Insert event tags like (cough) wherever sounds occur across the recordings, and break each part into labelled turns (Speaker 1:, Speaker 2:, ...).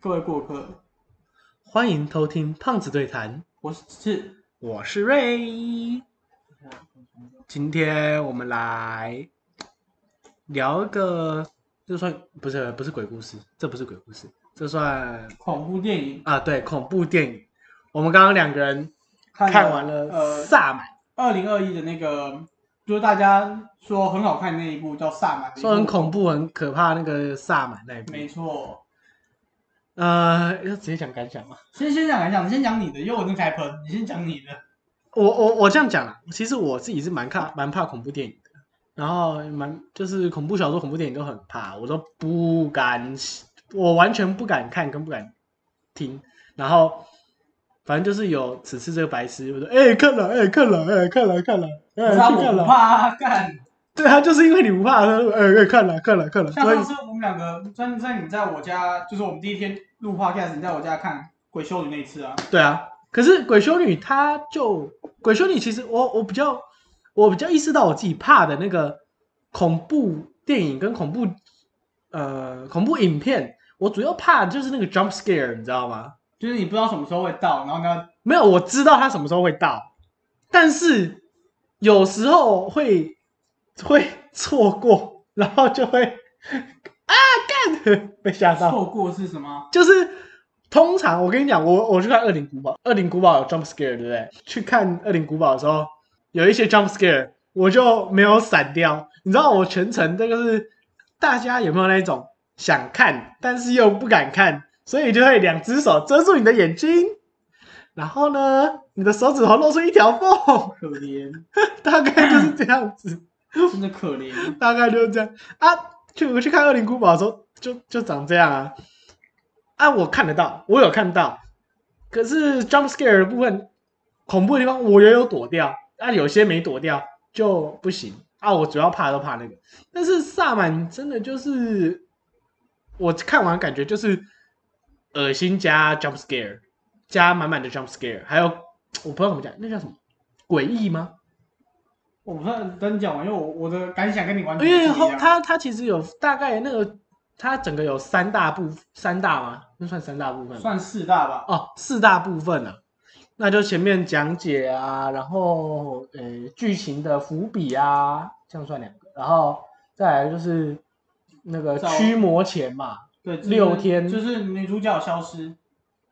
Speaker 1: 各位过客，
Speaker 2: 欢迎偷听胖子对谈，
Speaker 1: 我是
Speaker 2: 我是瑞。今天我们来聊一个，这算不是不是鬼故事，这不是鬼故事，这算
Speaker 1: 恐怖电影，
Speaker 2: 啊对恐怖电影。我们刚刚两个人看完了《
Speaker 1: 呃
Speaker 2: 萨满
Speaker 1: 二零二一的那个，就是大家说很好看那一部叫《萨满》，》，
Speaker 2: 说很恐怖、很可怕那个萨满那一部。
Speaker 1: 没错。
Speaker 2: 呃，要直接讲感想吗？
Speaker 1: 先先讲来讲，先讲你的，因为我正在喷，你先讲你的。
Speaker 2: 我我我这样讲啦，其实我自己是蛮怕蛮怕恐怖电影的，然后蛮就是恐怖小说、恐怖电影都很怕，我都不敢，我完全不敢看跟不敢听。然后反正就是有此次这个白痴，我说哎、看了哎、看了哎、看了看了哎、
Speaker 1: 不
Speaker 2: 去
Speaker 1: 是啊
Speaker 2: 看
Speaker 1: 我不
Speaker 2: 了，
Speaker 1: 怕啊干。
Speaker 2: 对他就是因为你不怕，他说哎、看了看了看
Speaker 1: (laughs)
Speaker 2: 了，
Speaker 1: 像
Speaker 2: 所以
Speaker 1: 上次我们两个，在在你在我家，就是我们第一天录 podcast，你在我家看《鬼修女》那一次啊，
Speaker 2: 对啊，可是鬼修女她就鬼修女，其实我我比较我比较意识到我自己怕的那个恐怖电影跟恐怖呃恐怖影片，我主要怕的就是那个 jump scare，你知道吗？
Speaker 1: 就是你不知道什么时候会到，然后呢，
Speaker 2: 没有，我知道它什么时候会到，但是有时候会会错过，然后就会 (laughs) 啊干被吓到。
Speaker 1: 错过是什么？
Speaker 2: 就是通常我跟你讲，我我去看《恶灵古堡》，《恶灵古堡》有 jump scare，对不对？去看《恶灵古堡》的时候，有一些 jump scare，我就没有闪掉。你知道我全程这个是大家有没有那种想看但是又不敢看，所以就会两只手遮住你的眼睛，然后呢，你的手指头露出一条缝， (laughs)
Speaker 1: 可怜，
Speaker 2: 大概就是这样子。
Speaker 1: 真的可怜。
Speaker 2: 大概就是这样啊。去我去看《恶灵古堡》的时候，就就长这样啊。啊，我看得到，我有看到，可是 jump scare 的部分，恐怖的地方我也有躲掉，啊，有些没躲掉就不行啊。我主要怕都怕那个，但是萨满真的就是我看完感觉就是恶心加 jump scare，加满满的 jump scare，还有我不知道怎么讲，那叫什么诡异吗？
Speaker 1: 我不是等你讲完，因为我我的感想跟你完全
Speaker 2: 因
Speaker 1: 不一
Speaker 2: 为
Speaker 1: 样。
Speaker 2: 后它它其实有大概那个，它整个有三大部三大吗？那算三大部分吗？
Speaker 1: 算四大吧，
Speaker 2: 哦，四大部分啊。那就前面讲解啊，然后呃剧情的伏笔啊，这样算两个，然后再来就是那个
Speaker 1: 造
Speaker 2: 驱魔前嘛，
Speaker 1: 对，就是
Speaker 2: 六天
Speaker 1: 就是女主角消失，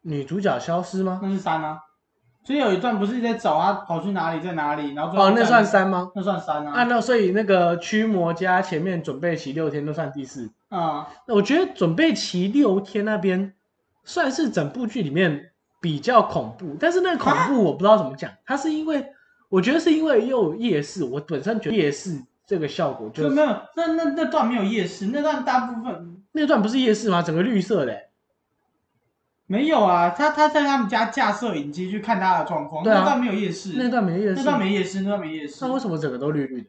Speaker 2: 女主角消失吗？
Speaker 1: 那是三啊。所以有一段不是在找她跑去哪里，在哪里，然后最后
Speaker 2: 哦，那
Speaker 1: 在
Speaker 2: 算，三吗？
Speaker 1: 那算三啊。
Speaker 2: 啊，那所以那个驱魔加前面准备期六天都算第四，
Speaker 1: 啊、
Speaker 2: 那我觉得准备期六天那边算是整部剧里面比较恐怖，但是那个恐
Speaker 1: 啊
Speaker 2: 怖我不知道怎么讲，它是因为我觉得是因为又有夜市，我本身觉得夜市这个效果就
Speaker 1: 就没有那那那段没有夜市，那段大部分
Speaker 2: 那段不是夜市吗？整个绿色的欸、
Speaker 1: 没有啊。他他在他们家架摄影机去看他的状况，
Speaker 2: 对啊
Speaker 1: 那段没有夜市，
Speaker 2: 那段没夜市，
Speaker 1: 嗯那段没夜市，那段没夜市
Speaker 2: 那。为什么整个都绿绿的？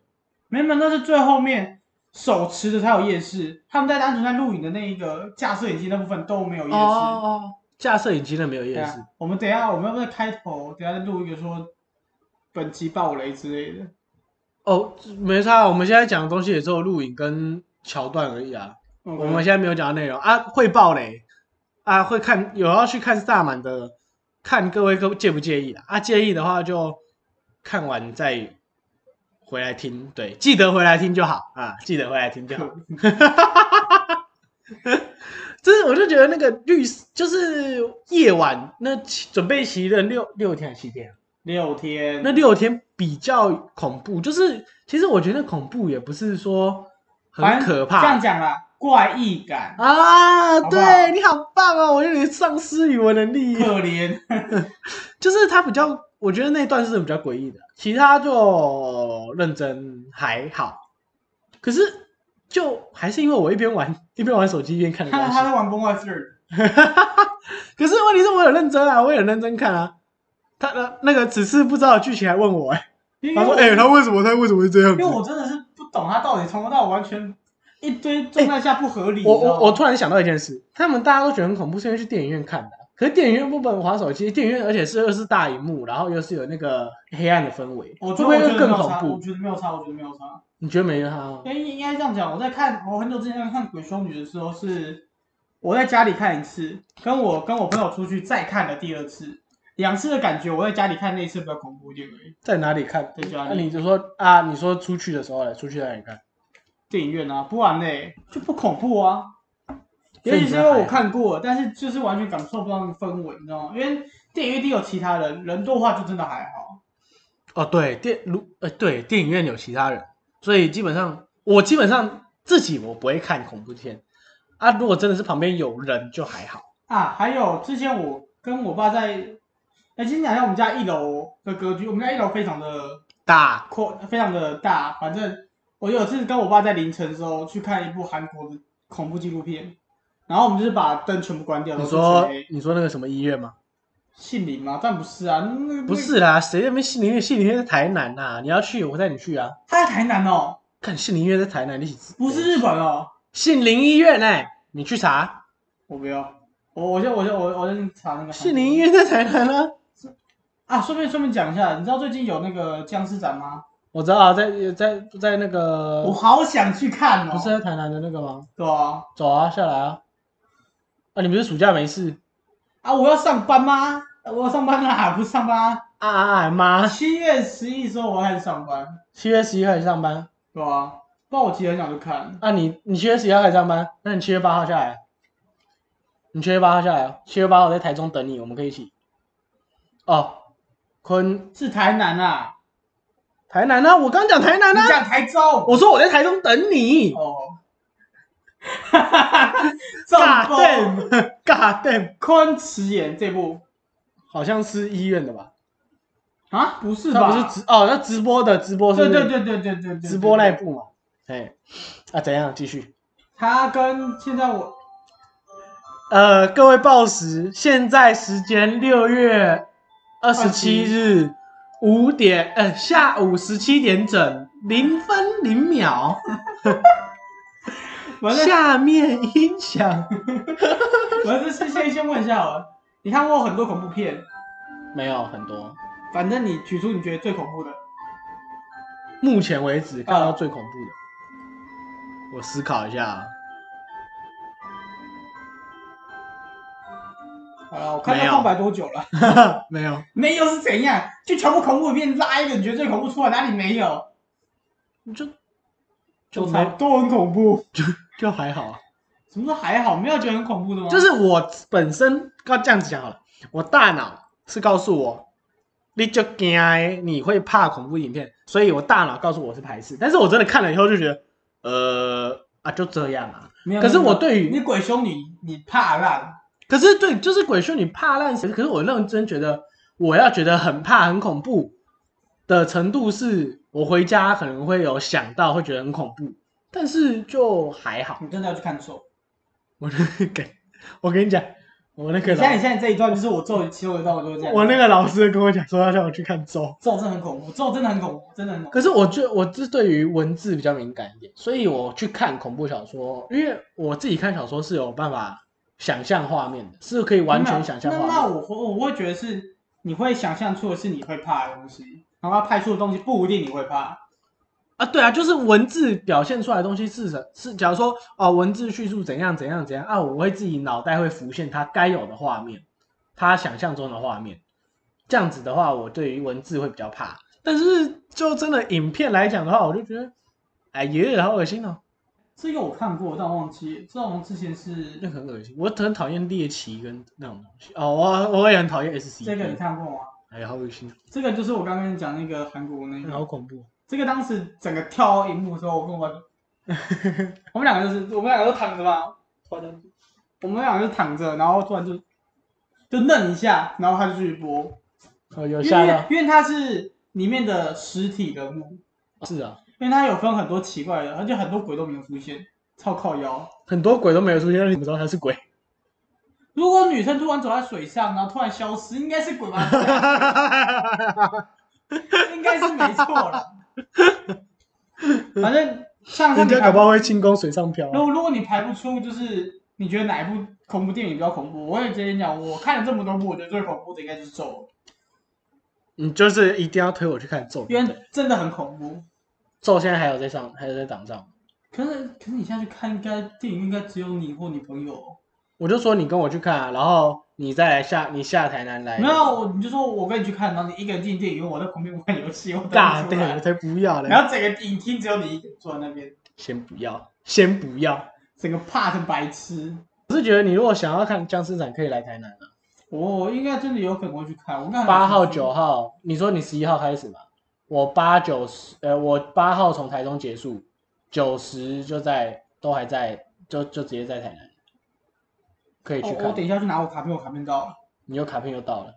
Speaker 1: 没有，那是最后面手持的才有夜市。他们在单纯在录影的那一个架摄影机那部分都没有夜市。
Speaker 2: 哦，架摄影机那没有
Speaker 1: 对
Speaker 2: 夜
Speaker 1: 啊
Speaker 2: 市，，
Speaker 1: 我们等一下，我们要不要开头？等一下再录一个说本期暴雷之类的。
Speaker 2: 哦，没差，我们现在讲的东西也只有录影跟桥段而已啊。我们
Speaker 1: OK
Speaker 2: 现在没有讲到内容啊，会爆雷啊，会看有要去看萨满的，看各位各介不介意啦啊，介意的话就看完再回来听，对，记得回来听就好啊，记得回来听就好。 (laughs) 就是我就觉得那个绿就是夜晚那起准备期的六六天还是七天啊，
Speaker 1: 六天，
Speaker 2: 那六天比较恐怖，就是其实我觉得恐怖也不是说很
Speaker 1: 反正
Speaker 2: 可怕，
Speaker 1: 这样讲啦，怪异
Speaker 2: (laughs)
Speaker 1: 感，
Speaker 2: 啊，
Speaker 1: 好不好
Speaker 2: 对你好棒哦！我有点丧失语文能 (laughs) 力，
Speaker 1: 可怜。
Speaker 2: 就是他比较，我觉得那一段是比较诡异的，其他就认真还好。可是就还是因为我一边玩一边玩手机一边看的
Speaker 1: 他
Speaker 2: 关系 (laughs)
Speaker 1: 他，在玩崩坏 third，
Speaker 2: 可是问题是我有认真啊，我有认真看啊。他呃那个只是不知道剧情还问我、哎，
Speaker 1: 因
Speaker 2: 他
Speaker 1: 为
Speaker 2: 说
Speaker 1: 我
Speaker 2: 哎、他为什么他为什么会这样
Speaker 1: 因为
Speaker 2: 子？
Speaker 1: 我真的是不懂他到底从头到尾完全一堆状态下不合理。
Speaker 2: 我
Speaker 1: 你知道吗
Speaker 2: 我我突然想到一件事，他们大家都觉得很恐怖，是因为去电影院看的啊。可是电影院不能划手机，电影院而且是又是大荧幕，然后又是有那个黑暗的氛围，
Speaker 1: 我
Speaker 2: 会
Speaker 1: 觉
Speaker 2: 不
Speaker 1: 得我
Speaker 2: 会
Speaker 1: 觉得没
Speaker 2: 更
Speaker 1: 有
Speaker 2: 恐
Speaker 1: 差我
Speaker 2: 怖？
Speaker 1: 觉得没有差，我觉得没有差。
Speaker 2: 你觉得没有他？
Speaker 1: 应应该这样讲，我在看我很久之前在看《鬼修女》的时候是，我在家里看一次，跟我跟我朋友出去再看了第二次，两次的感觉，我在家里看那一次比较恐怖一点而已。
Speaker 2: 在哪里看？
Speaker 1: 在家
Speaker 2: 那、
Speaker 1: 里
Speaker 2: 你就说啊，你说出去的时候嘞，出去哪里看？
Speaker 1: 电影院啊，不然嘞就不恐怖啊。
Speaker 2: 所
Speaker 1: 尤
Speaker 2: 以你啊
Speaker 1: 其
Speaker 2: 觉
Speaker 1: 是因
Speaker 2: 得
Speaker 1: 为
Speaker 2: 还
Speaker 1: 我看过，但是就是完全感受不到那个氛围，你知道吗？因为电影院一定有其他人，人多的话就真的还好。
Speaker 2: 哦，对，电如呃对，电影院有其他人，所以基本上我基本上自己我不会看恐怖片啊。如果真的是旁边有人就还好。
Speaker 1: 啊，还有之前我跟我爸在，哎，先讲一下我们家一楼的格局。我们家一楼非常的
Speaker 2: 大
Speaker 1: 扩，非常的大。反正我有次跟我爸在凌晨的时候去看一部韩国的恐怖纪录片，然后我们就是把灯全部关掉。
Speaker 2: 你
Speaker 1: 然后
Speaker 2: 说
Speaker 1: 全黑
Speaker 2: 你说那个什么医院吗？
Speaker 1: 杏林吗？但不是啊，那那个
Speaker 2: 不，是啦，谁在那边杏林院？杏林院在台南呐、你要去我带你去啊。
Speaker 1: 他在台南哦，
Speaker 2: 看杏林医院在台南，你一起
Speaker 1: 不是日本哦。
Speaker 2: 杏林医院哎、你去查
Speaker 1: 我不要，我我先我先我我先查那个
Speaker 2: 杏林医院在台南啊。
Speaker 1: 啊，顺便顺便讲一下，你知道最近有那个僵尸展吗？
Speaker 2: 我知道啊，在在在那个
Speaker 1: 我好想去看哦。
Speaker 2: 不是在台南的那个吗？
Speaker 1: 对啊，
Speaker 2: 走啊，下来啊。啊，你不是暑假没事
Speaker 1: 啊，我要上班吗？我要上班啦，不是上班啊。
Speaker 2: 啊啊啊妈！
Speaker 1: 七月十一的时候我还上班，
Speaker 2: 七月十一开始上班
Speaker 1: 对啊，不然我其实很想去看。
Speaker 2: 啊你？你七月十一号开始上班，那你七月八号下来，啊你七月八号下来，啊七月八号我在台中等你，我们可以一起。哦，昆
Speaker 1: 是台南啊，
Speaker 2: 台南啊，我刚讲台南
Speaker 1: 你
Speaker 2: 啊，
Speaker 1: 讲台中。
Speaker 2: 我说我在台中等你。
Speaker 1: 哦， (laughs) 哈哈哈，中
Speaker 2: God
Speaker 1: 风。
Speaker 2: 哦 damn，God damn，
Speaker 1: 昆池岩这部
Speaker 2: 好像是医院的吧？
Speaker 1: 啊，不是
Speaker 2: 那
Speaker 1: 吧？
Speaker 2: 不是直哦，那直播的直播是不
Speaker 1: 对
Speaker 2: 是
Speaker 1: 对对对对对对，
Speaker 2: 直播那
Speaker 1: 对
Speaker 2: 一部嘛？哎，啊怎样？继续。
Speaker 1: 他跟现在我
Speaker 2: 呃，各位报时，现在时间六月二十七日五点，呃，下午十七点整，零分零秒。
Speaker 1: 我在
Speaker 2: 下面音响
Speaker 1: 我这事先先问一下好了，你看过很多恐怖片，
Speaker 2: 没有很多，
Speaker 1: 反正你举出你觉得最恐怖的，
Speaker 2: 目前为止看到最恐怖的，我思考一下啊，
Speaker 1: 好了，我看
Speaker 2: 没有
Speaker 1: 他空白多久了？
Speaker 2: 没有，
Speaker 1: 没有是怎样？就全部恐怖片拉一个，你觉得最恐怖出来哪里没有？
Speaker 2: 就就
Speaker 1: 都差
Speaker 2: 没
Speaker 1: 都很恐怖，
Speaker 2: 就就还好啊。
Speaker 1: 什么都还好，没有觉得很恐怖的吗？
Speaker 2: 就是我本身要这样子讲好了，我大脑是告诉我，你就惊的，你会怕恐怖影片，所以我大脑告诉我是排斥，但是我真的看了以后就觉得，呃啊就这样啊。
Speaker 1: 没有，
Speaker 2: 可是
Speaker 1: 没有
Speaker 2: 我对于
Speaker 1: 你鬼兄你你怕烂，
Speaker 2: 可是对，就是鬼畜你怕烂死，可是我认真觉得，我要觉得很怕很恐怖的程度是，我回家可能会有想到，会觉得很恐怖，但是就还好。
Speaker 1: 你真的要去看咒？
Speaker 2: 我那个，我跟你讲，我那个
Speaker 1: 你
Speaker 2: 老
Speaker 1: 现在你现在这一段就是我咒其中一段，我就会这样。
Speaker 2: 我那个老师跟我讲说要叫我去看咒。
Speaker 1: 咒真的很恐怖，咒真的很恐怖，真的很恐怖。
Speaker 2: 可是我觉我是对于文字比较敏感一点，所以我去看恐怖小说，因为我自己看小说是有办法想象画面的，是可以完全想象
Speaker 1: 那
Speaker 2: 画
Speaker 1: 那
Speaker 2: 面。
Speaker 1: 那我会我会觉得是你会想象出的是你会怕的东西，然后他拍出的东西不一定你会怕。
Speaker 2: 啊，对啊，就是文字表现出来的东西是什是，假如说哦，文字叙述怎样怎样怎样啊，我会自己脑袋会浮现它该有的画面，他想象中的画面。这样子的话，我对于文字会比较怕，但是就真的影片来讲的话，我就觉得，哎也好恶心哦，
Speaker 1: 这个我看过，但我忘记了，这好像之前
Speaker 2: 那
Speaker 1: 是
Speaker 2: 个很恶心，我很讨厌猎奇跟那种东西。哦，我我也很讨厌 SC。
Speaker 1: 这个你看过吗？
Speaker 2: 哎，好恶心，
Speaker 1: 这个就是我刚刚跟你讲那个韩国那个，
Speaker 2: 好恐怖。
Speaker 1: 这个当时整个跳到荧幕的时候，我跟我爸，
Speaker 2: (laughs)
Speaker 1: 我们两个就是我们两个都躺着嘛，突然就我们两个就躺着，然后突然就就愣一下，然后他就继续播，
Speaker 2: 哦，有
Speaker 1: 因
Speaker 2: 吓
Speaker 1: 为
Speaker 2: (laughs) 到。
Speaker 1: 因为他是里面的实体人物，
Speaker 2: 是啊，
Speaker 1: 因为它有分很多奇怪的，而且很多鬼都没有出现，超靠腰。
Speaker 2: 很多鬼都没有出现，那你怎么知道他是鬼？ (laughs)
Speaker 1: 如果女生突然走在水上，然后突然消失，应该是鬼吧？
Speaker 2: (laughs)
Speaker 1: 应该是没错了。反正像
Speaker 2: (laughs) 人
Speaker 1: 像你
Speaker 2: 家搞
Speaker 1: 排
Speaker 2: 不好会轻功水上漂啊、
Speaker 1: 如果如果你排不出，就是你觉得哪一部恐怖电影比较恐怖？我也直接讲，我看了这么多部，我觉得最恐怖的应该就是《咒》了，
Speaker 2: 你就是一定要推我去看咒。
Speaker 1: 因为真的很恐怖。
Speaker 2: 咒现在还有在上，还有在档上。
Speaker 1: 可是可是你现在去看，应该电影院应该只有你或你朋友，
Speaker 2: 我就说你跟我去看啊，然后你再来下你下台南来。
Speaker 1: 没有，我你就说我跟你去看，然后你一个人进电影院，我在旁边玩游戏，我
Speaker 2: 大
Speaker 1: 打不出
Speaker 2: 对，我
Speaker 1: 来。
Speaker 2: 才不要嘞！
Speaker 1: 然后整个影厅只有你一个人坐在那边，
Speaker 2: 先不要，先不要。
Speaker 1: 整个怕成白痴。
Speaker 2: 我是觉得你如果想要看僵尸展，可以来台南啊。
Speaker 1: 我应该真的有可能会去看。我看
Speaker 2: 八号、九号，你说你十一号开始嘛？我八九十，呃，我八号从台中结束，九十就在都还在，就就直接在台南，可以去
Speaker 1: 哦我
Speaker 2: 看
Speaker 1: 我。等一下去拿我卡片，我卡片到了。
Speaker 2: 你有卡片就到了。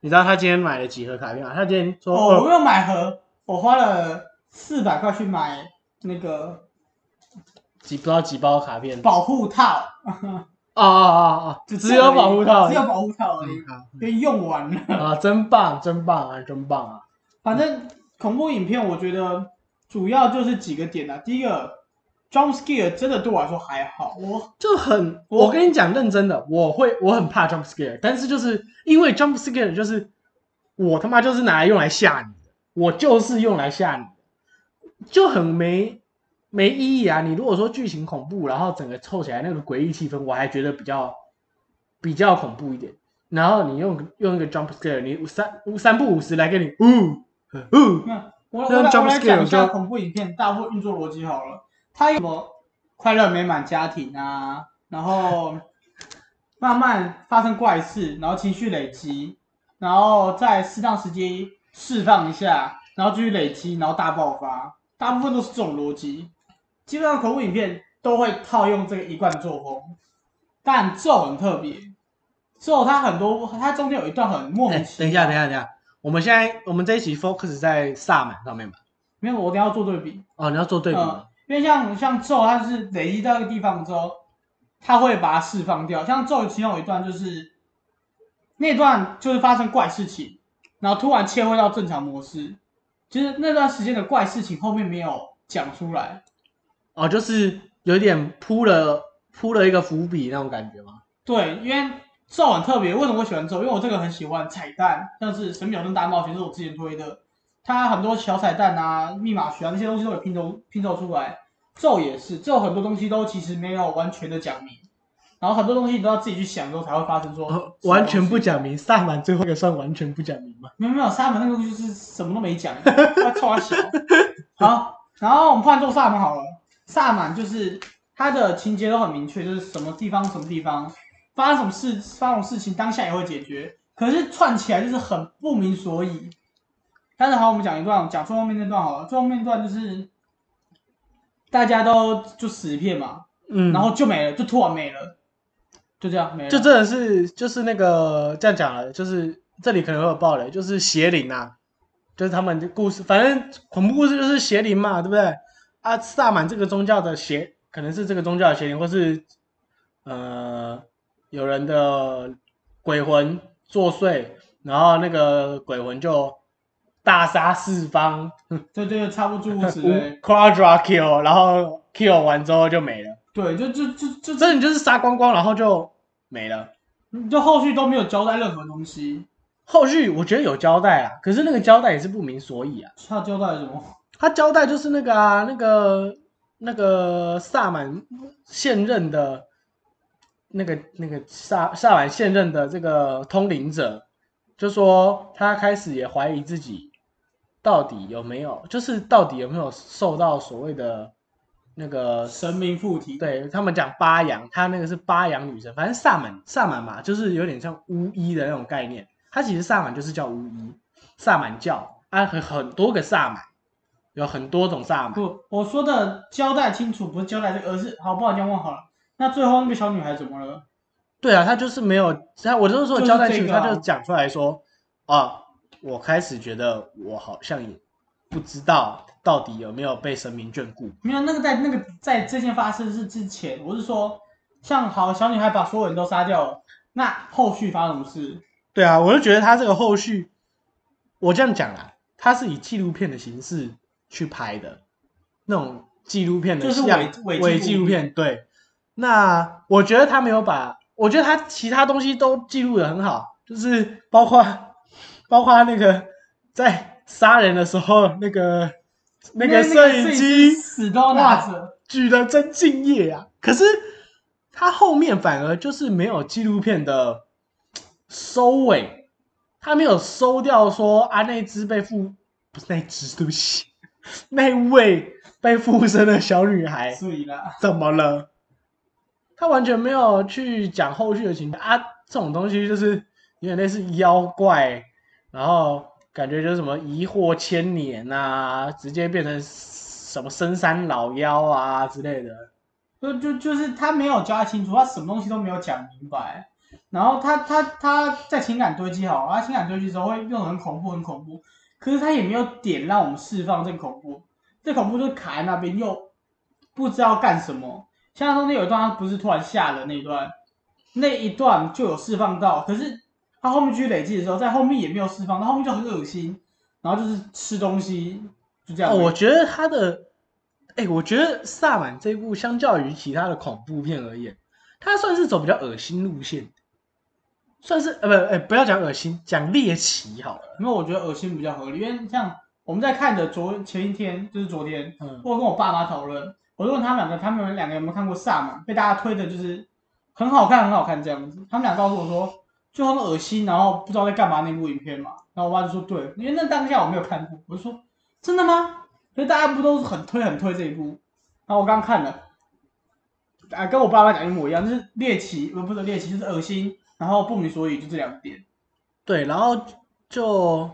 Speaker 2: 你知道他今天买了几盒卡片吗？他今天说，
Speaker 1: 哦，我
Speaker 2: 哦、
Speaker 1: 有买盒，我花了四百块去买那个
Speaker 2: 几不知道几包卡片。哦
Speaker 1: 保护套，
Speaker 2: 哦哦哦，
Speaker 1: 就
Speaker 2: 只有保护套，嗯
Speaker 1: 只有保护套而已，被用完了。
Speaker 2: 啊，真棒，真棒啊，真棒啊！
Speaker 1: 反正恐怖影片，我觉得主要就是几个点啊。第一个，jump scare 真的对我来说还好，我
Speaker 2: 就很，
Speaker 1: 我
Speaker 2: 我跟你讲，认真的，我会，我很怕 jump scare，但是就是因为 jump scare 就是我他妈就是拿来用来吓你的，我就是用来吓你的，就很没没意义啊！你如果说剧情恐怖，然后整个凑起来那个诡异气氛，我还觉得比较比较恐怖一点。然后你用用一个 jump scare，你三三不五十来给你，呜呃呜，
Speaker 1: 那我我
Speaker 2: 那
Speaker 1: 来
Speaker 2: jump
Speaker 1: 我来讲一
Speaker 2: scare
Speaker 1: 下
Speaker 2: 就
Speaker 1: 恐怖影片大部分运作逻辑好了。它有什么快乐美满家庭啊，然后慢慢发生怪事，然后情绪累积，然后在适当时间释放一下，然后继续累积，然后大爆发。大部分都是这种逻辑，基本上恐怖影片都会套用这个一贯作风，但咒很特别。咒它很多，它中间有一段很莫名
Speaker 2: 哎
Speaker 1: 其妙。
Speaker 2: 等一下，等一下，等一下，我们现在我们这一期 focus 在萨满上面吧？
Speaker 1: 没有，我等一下要做对比。
Speaker 2: 哦，你要做对比吗？
Speaker 1: 因为像像咒，它是累积到一个地方之后，它会把它释放掉。像咒其中有一段就是，那段就是发生怪事情，然后突然切换到正常模式，其实那段时间的怪事情后面没有讲出来，
Speaker 2: 哦，就是有点铺了铺了一个伏笔那种感觉吗？
Speaker 1: 对，因为咒很特别。为什么我喜欢咒？因为我这个很喜欢彩蛋，像是《神秒跟大冒险》是我之前推的，它很多小彩蛋啊、密码学啊那些东西都有拼凑拼凑出来。咒也是，咒很多东西都其实没有完全的讲明，然后很多东西你都要自己去想之后才会发生说。
Speaker 2: 哦，完全不讲明，萨满最后一个算完全不讲明吗？
Speaker 1: 没有没有，萨满那个就是什么都没讲，他超小。好，然后我们换做萨满好了。萨满就是他的情节都很明确，就是什么地方什么地方发生什么事，发生什么事情当下也会解决。可是串起来就是很不明所以。但是好，我们讲一段，讲最后面那段好了。最后面那段就是大家都就死一片嘛，
Speaker 2: 嗯
Speaker 1: 然后就没了，就突然没了，就这样没了。
Speaker 2: 就真的是就是那个这样讲了，就是这里可能会有暴雷，就是邪灵啊，就是他们的故事，反正恐怖故事就是邪灵嘛，对不对？啊，萨满这个宗教的邪，可能是这个宗教的邪灵，或是呃有人的鬼魂作祟，然后那个鬼魂就大杀四方，
Speaker 1: 对对，对差不多诸如
Speaker 2: (laughs) 哎
Speaker 1: 此类。
Speaker 2: quadra kill，然后 kill 完之后就没了，
Speaker 1: 对，就就就就
Speaker 2: 就真的就是杀光光，然后就没了。
Speaker 1: 就后续都没有交代任何东西，
Speaker 2: 后续我觉得有交代啊，可是那个交代也是不明所以啊。
Speaker 1: 他交代了什么？ (laughs)
Speaker 2: 他交代就是那个啊，那个那个萨满现任的，那个那个萨萨满现任的这个通灵者，就说他开始也怀疑自己到底有没有，就是到底有没有受到所谓的那个
Speaker 1: 神明附体，
Speaker 2: 对他们讲八阳，他那个是八阳女神，反正萨满萨满嘛，就是有点像巫医的那种概念。它其实萨满就是叫巫医，萨满教啊，很很多个萨满，有很多种萨满。
Speaker 1: 不，我说的交代清楚，不是交代这个，而是好不好？这样问好了。那最后那个小女孩怎么了？
Speaker 2: 对啊，他就是没有他，我就是说
Speaker 1: 就是
Speaker 2: 交代清
Speaker 1: 这
Speaker 2: 楚，
Speaker 1: 个啊
Speaker 2: 他就讲出来说啊，我开始觉得我好像也不知道到底有没有被神明眷顾。
Speaker 1: 没有，那个在那个在这件发生事之前，我是说，像好小女孩把所有人都杀掉了，那后续发生什么事？
Speaker 2: 对啊，我就觉得他这个后续，我这样讲啦，他是以纪录片的形式去拍的，那种纪录片的
Speaker 1: 就是
Speaker 2: 像
Speaker 1: 伪伪纪录片
Speaker 2: 伪纪录片。对，那我觉得他没有把，我觉得他其他东西都记录的很好，就是包括包括那个在杀人的时候那个那
Speaker 1: 因为
Speaker 2: 个摄影机
Speaker 1: 死都要拿着，
Speaker 2: 举得真敬业啊！可是它后面反而就是没有纪录片的收尾，它没有收掉说啊那只被附不是那只，对不起， (laughs) 那位被附身的小女孩
Speaker 1: 所以啦，
Speaker 2: 怎么了？他完全没有去讲后续的情节啊，这种东西就是有点类似妖怪，然后感觉就是什么疑惑千年啊，直接变成什么深山老妖啊之类的。
Speaker 1: 就就就是他没有交代清楚，他什么东西都没有讲明白。然后他他他在情感堆积好，他啊情感堆积之后会用得很恐怖很恐怖，可是他也没有点让我们释放这个恐怖，这恐怖就是卡在那边又不知道干什么。像中间有一段他不是突然下了那一段，那一段就有释放到，可是他后面继续累积的时候，在后面也没有释放，到后面就很恶心，然后就是吃东西就这样
Speaker 2: 哦，
Speaker 1: 而已。
Speaker 2: 我觉得他的，哎、我觉得《萨满》这部相较于其他的恐怖片而言，它算是走比较恶心路线，算是呃不哎、不要讲恶心，讲猎奇好了。
Speaker 1: 因为我觉得恶心比较合理，因为像我们在看的昨前一天就是昨天，
Speaker 2: 嗯，
Speaker 1: 我有跟我爸妈讨论，我就问他们两个，他们两个有没有看过《萨满》？被大家推的就是很好看，很好看这样子。他们俩告诉我说，就很恶心，然后不知道在干嘛那部影片嘛。然后我爸就说，对，因为那当下我没有看过，我就说真的吗？所以大家不都是很推很推这一部？然后我刚看了，啊，跟我爸妈讲一模一样，就是猎奇，呃不是猎奇，就是恶心，然后不明所以，就这两点。
Speaker 2: 对，然后就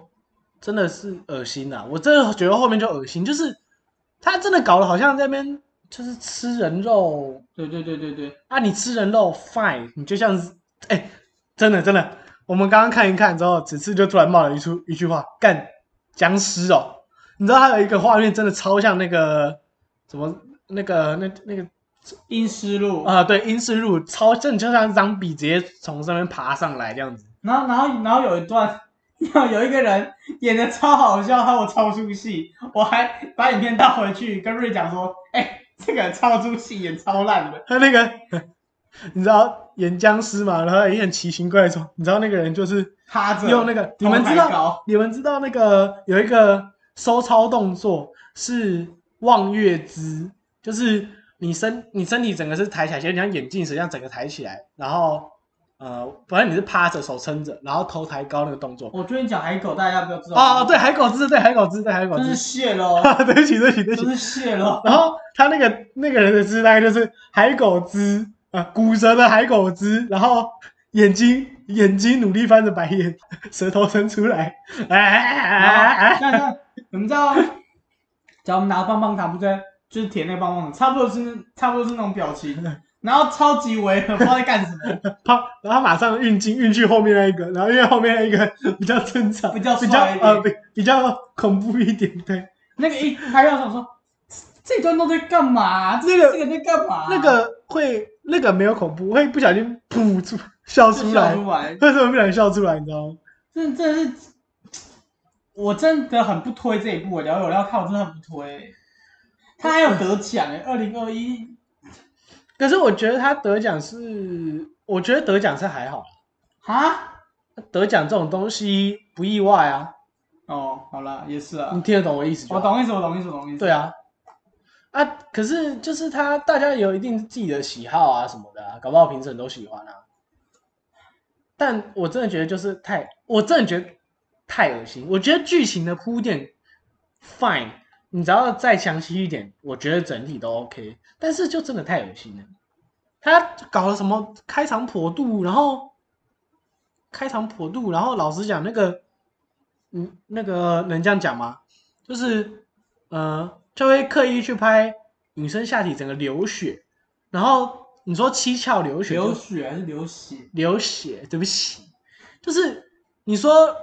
Speaker 2: 真的是恶心啦、我真的觉得后面就恶心，就是他真的搞得好像在那边就是吃人肉
Speaker 1: 对对对对对，
Speaker 2: 啊，你吃人肉 fine，你就像是哎、真的真的，我们刚刚看一看之后，此次就突然冒了一出一句话，干僵尸哦！你知道还有一个画面真的超像那个什么那个那那个
Speaker 1: 阴湿路
Speaker 2: 啊、对，英式路超真的就像 zombie 直接从上面爬上来这样子。 (laughs)
Speaker 1: 然后，然后，然后有一段， (laughs) 有有一个人演的超好笑，还有超出戏，我还把影片倒回去跟瑞讲说，哎、这个超出戏演超烂的，
Speaker 2: 他那个，你知道演僵尸嘛？然后也很奇形怪状。你知道那个人就是
Speaker 1: 趴着
Speaker 2: 用那个，你们知
Speaker 1: 头抬
Speaker 2: 道
Speaker 1: 高，
Speaker 2: 你们知道那个有一个收操动作是望月姿，就是你身你身体整个是抬起来，就像眼镜蛇一样整个抬起来，然后呃，反正你是趴着，手撑着，然后头抬高那个动作。
Speaker 1: 我昨天讲海狗，大家不要知道
Speaker 2: 哦，，对，海狗姿，对，海狗姿，对，海狗
Speaker 1: 真是
Speaker 2: (laughs) 姿。
Speaker 1: 谢喽，
Speaker 2: 对不起，对不起，对不起
Speaker 1: 真。是谢喽，
Speaker 2: 然后他那个那个人的姿态就是海狗姿啊、呃骨折的海狗姿，然后眼睛眼睛努力翻着白眼， (laughs) 舌头伸出来，哎 (laughs) 哎哎哎
Speaker 1: 然后
Speaker 2: 哎，
Speaker 1: 那那你们知道，假如我们拿棒棒糖不在，就是舔那个棒棒糖，差不多是差不多是那种表情，然后超级违和，不知道在干什么。
Speaker 2: 啪，然后马上运镜运去后面那一个，然后因为后面那一个 (laughs) 比较正常，
Speaker 1: 比较
Speaker 2: 比较
Speaker 1: 帅一点
Speaker 2: 呃比比较恐怖一点，对，
Speaker 1: 那个一拍到想说，这这段都在干嘛？这
Speaker 2: 那个
Speaker 1: 这个在干嘛？
Speaker 2: 那个会那个没有恐怖，会不小心噗出笑
Speaker 1: 就
Speaker 2: 出
Speaker 1: 笑
Speaker 2: 来，
Speaker 1: 出来，
Speaker 2: 为什么不小心笑出来？你知道吗？
Speaker 1: 这这是我真的很不推这一部，聊有要看我真的很不推。他还有得奖哎，二零二一
Speaker 2: 可是我觉得他得奖是，我觉得得奖是还好啦。
Speaker 1: 啊？
Speaker 2: 得奖这种东西不意外啊，
Speaker 1: 哦，好了，也是啊
Speaker 2: 你，听得懂我意思就
Speaker 1: 我
Speaker 2: 好。
Speaker 1: 懂意思，我懂意思，我懂意思。
Speaker 2: 对，啊，啊，可是就是他，大家有一定自己的喜好啊什么的、啊，搞不好评审都喜欢啊。但我真的觉得就是太，我真的觉得太恶心。我觉得剧情的铺垫 fine，你只要再详细一点，我觉得整体都 OK。但是就真的太恶心了，他搞了什么开肠破肚，然后开肠破肚，然后老实讲，那个，嗯，那个能这样讲吗？就是，呃，就会刻意去拍女生下体整个流血，然后你说七窍流血就，
Speaker 1: 流血还是流血？
Speaker 2: 流血，对不起，就是你说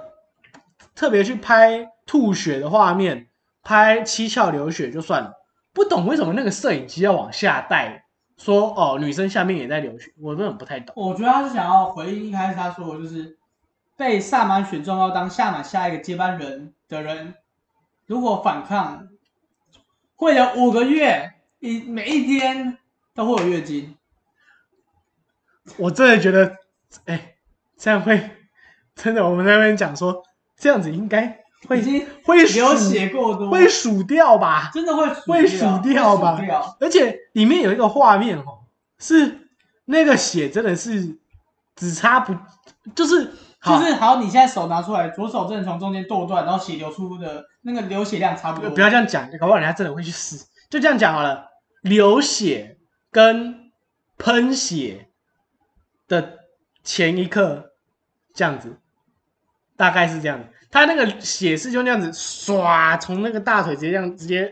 Speaker 2: 特别去拍吐血的画面，拍七窍流血就算了，不懂为什么那个摄影机要往下带，说哦女生下面也在流血，我根本不太懂。
Speaker 1: 我觉得他是想要回应一开始他说的，就是被萨满选中要当萨满下一个接班人的人，如果反抗，会有五个月，一每一天都会有月经。
Speaker 2: 我真的觉得，哎、这样会真的，我们在那边讲说这样子应该会
Speaker 1: 已经
Speaker 2: 会数
Speaker 1: 流血过多，
Speaker 2: 会数掉吧，
Speaker 1: 真的会数
Speaker 2: 会数
Speaker 1: 掉
Speaker 2: 掉吧
Speaker 1: 会数掉
Speaker 2: 而且里面有一个画面哦，是那个血真的是只差不，就是好
Speaker 1: 就是好，你现在手拿出来，左手真的从中间剁断，然后血流出的那个流血量差不多。
Speaker 2: 不要这样讲，搞不好人家真的会去死。就这样讲好了，流血跟喷血的前一刻，这样子，大概是这样子。他那个血是就那样子唰，从那个大腿直接这样直接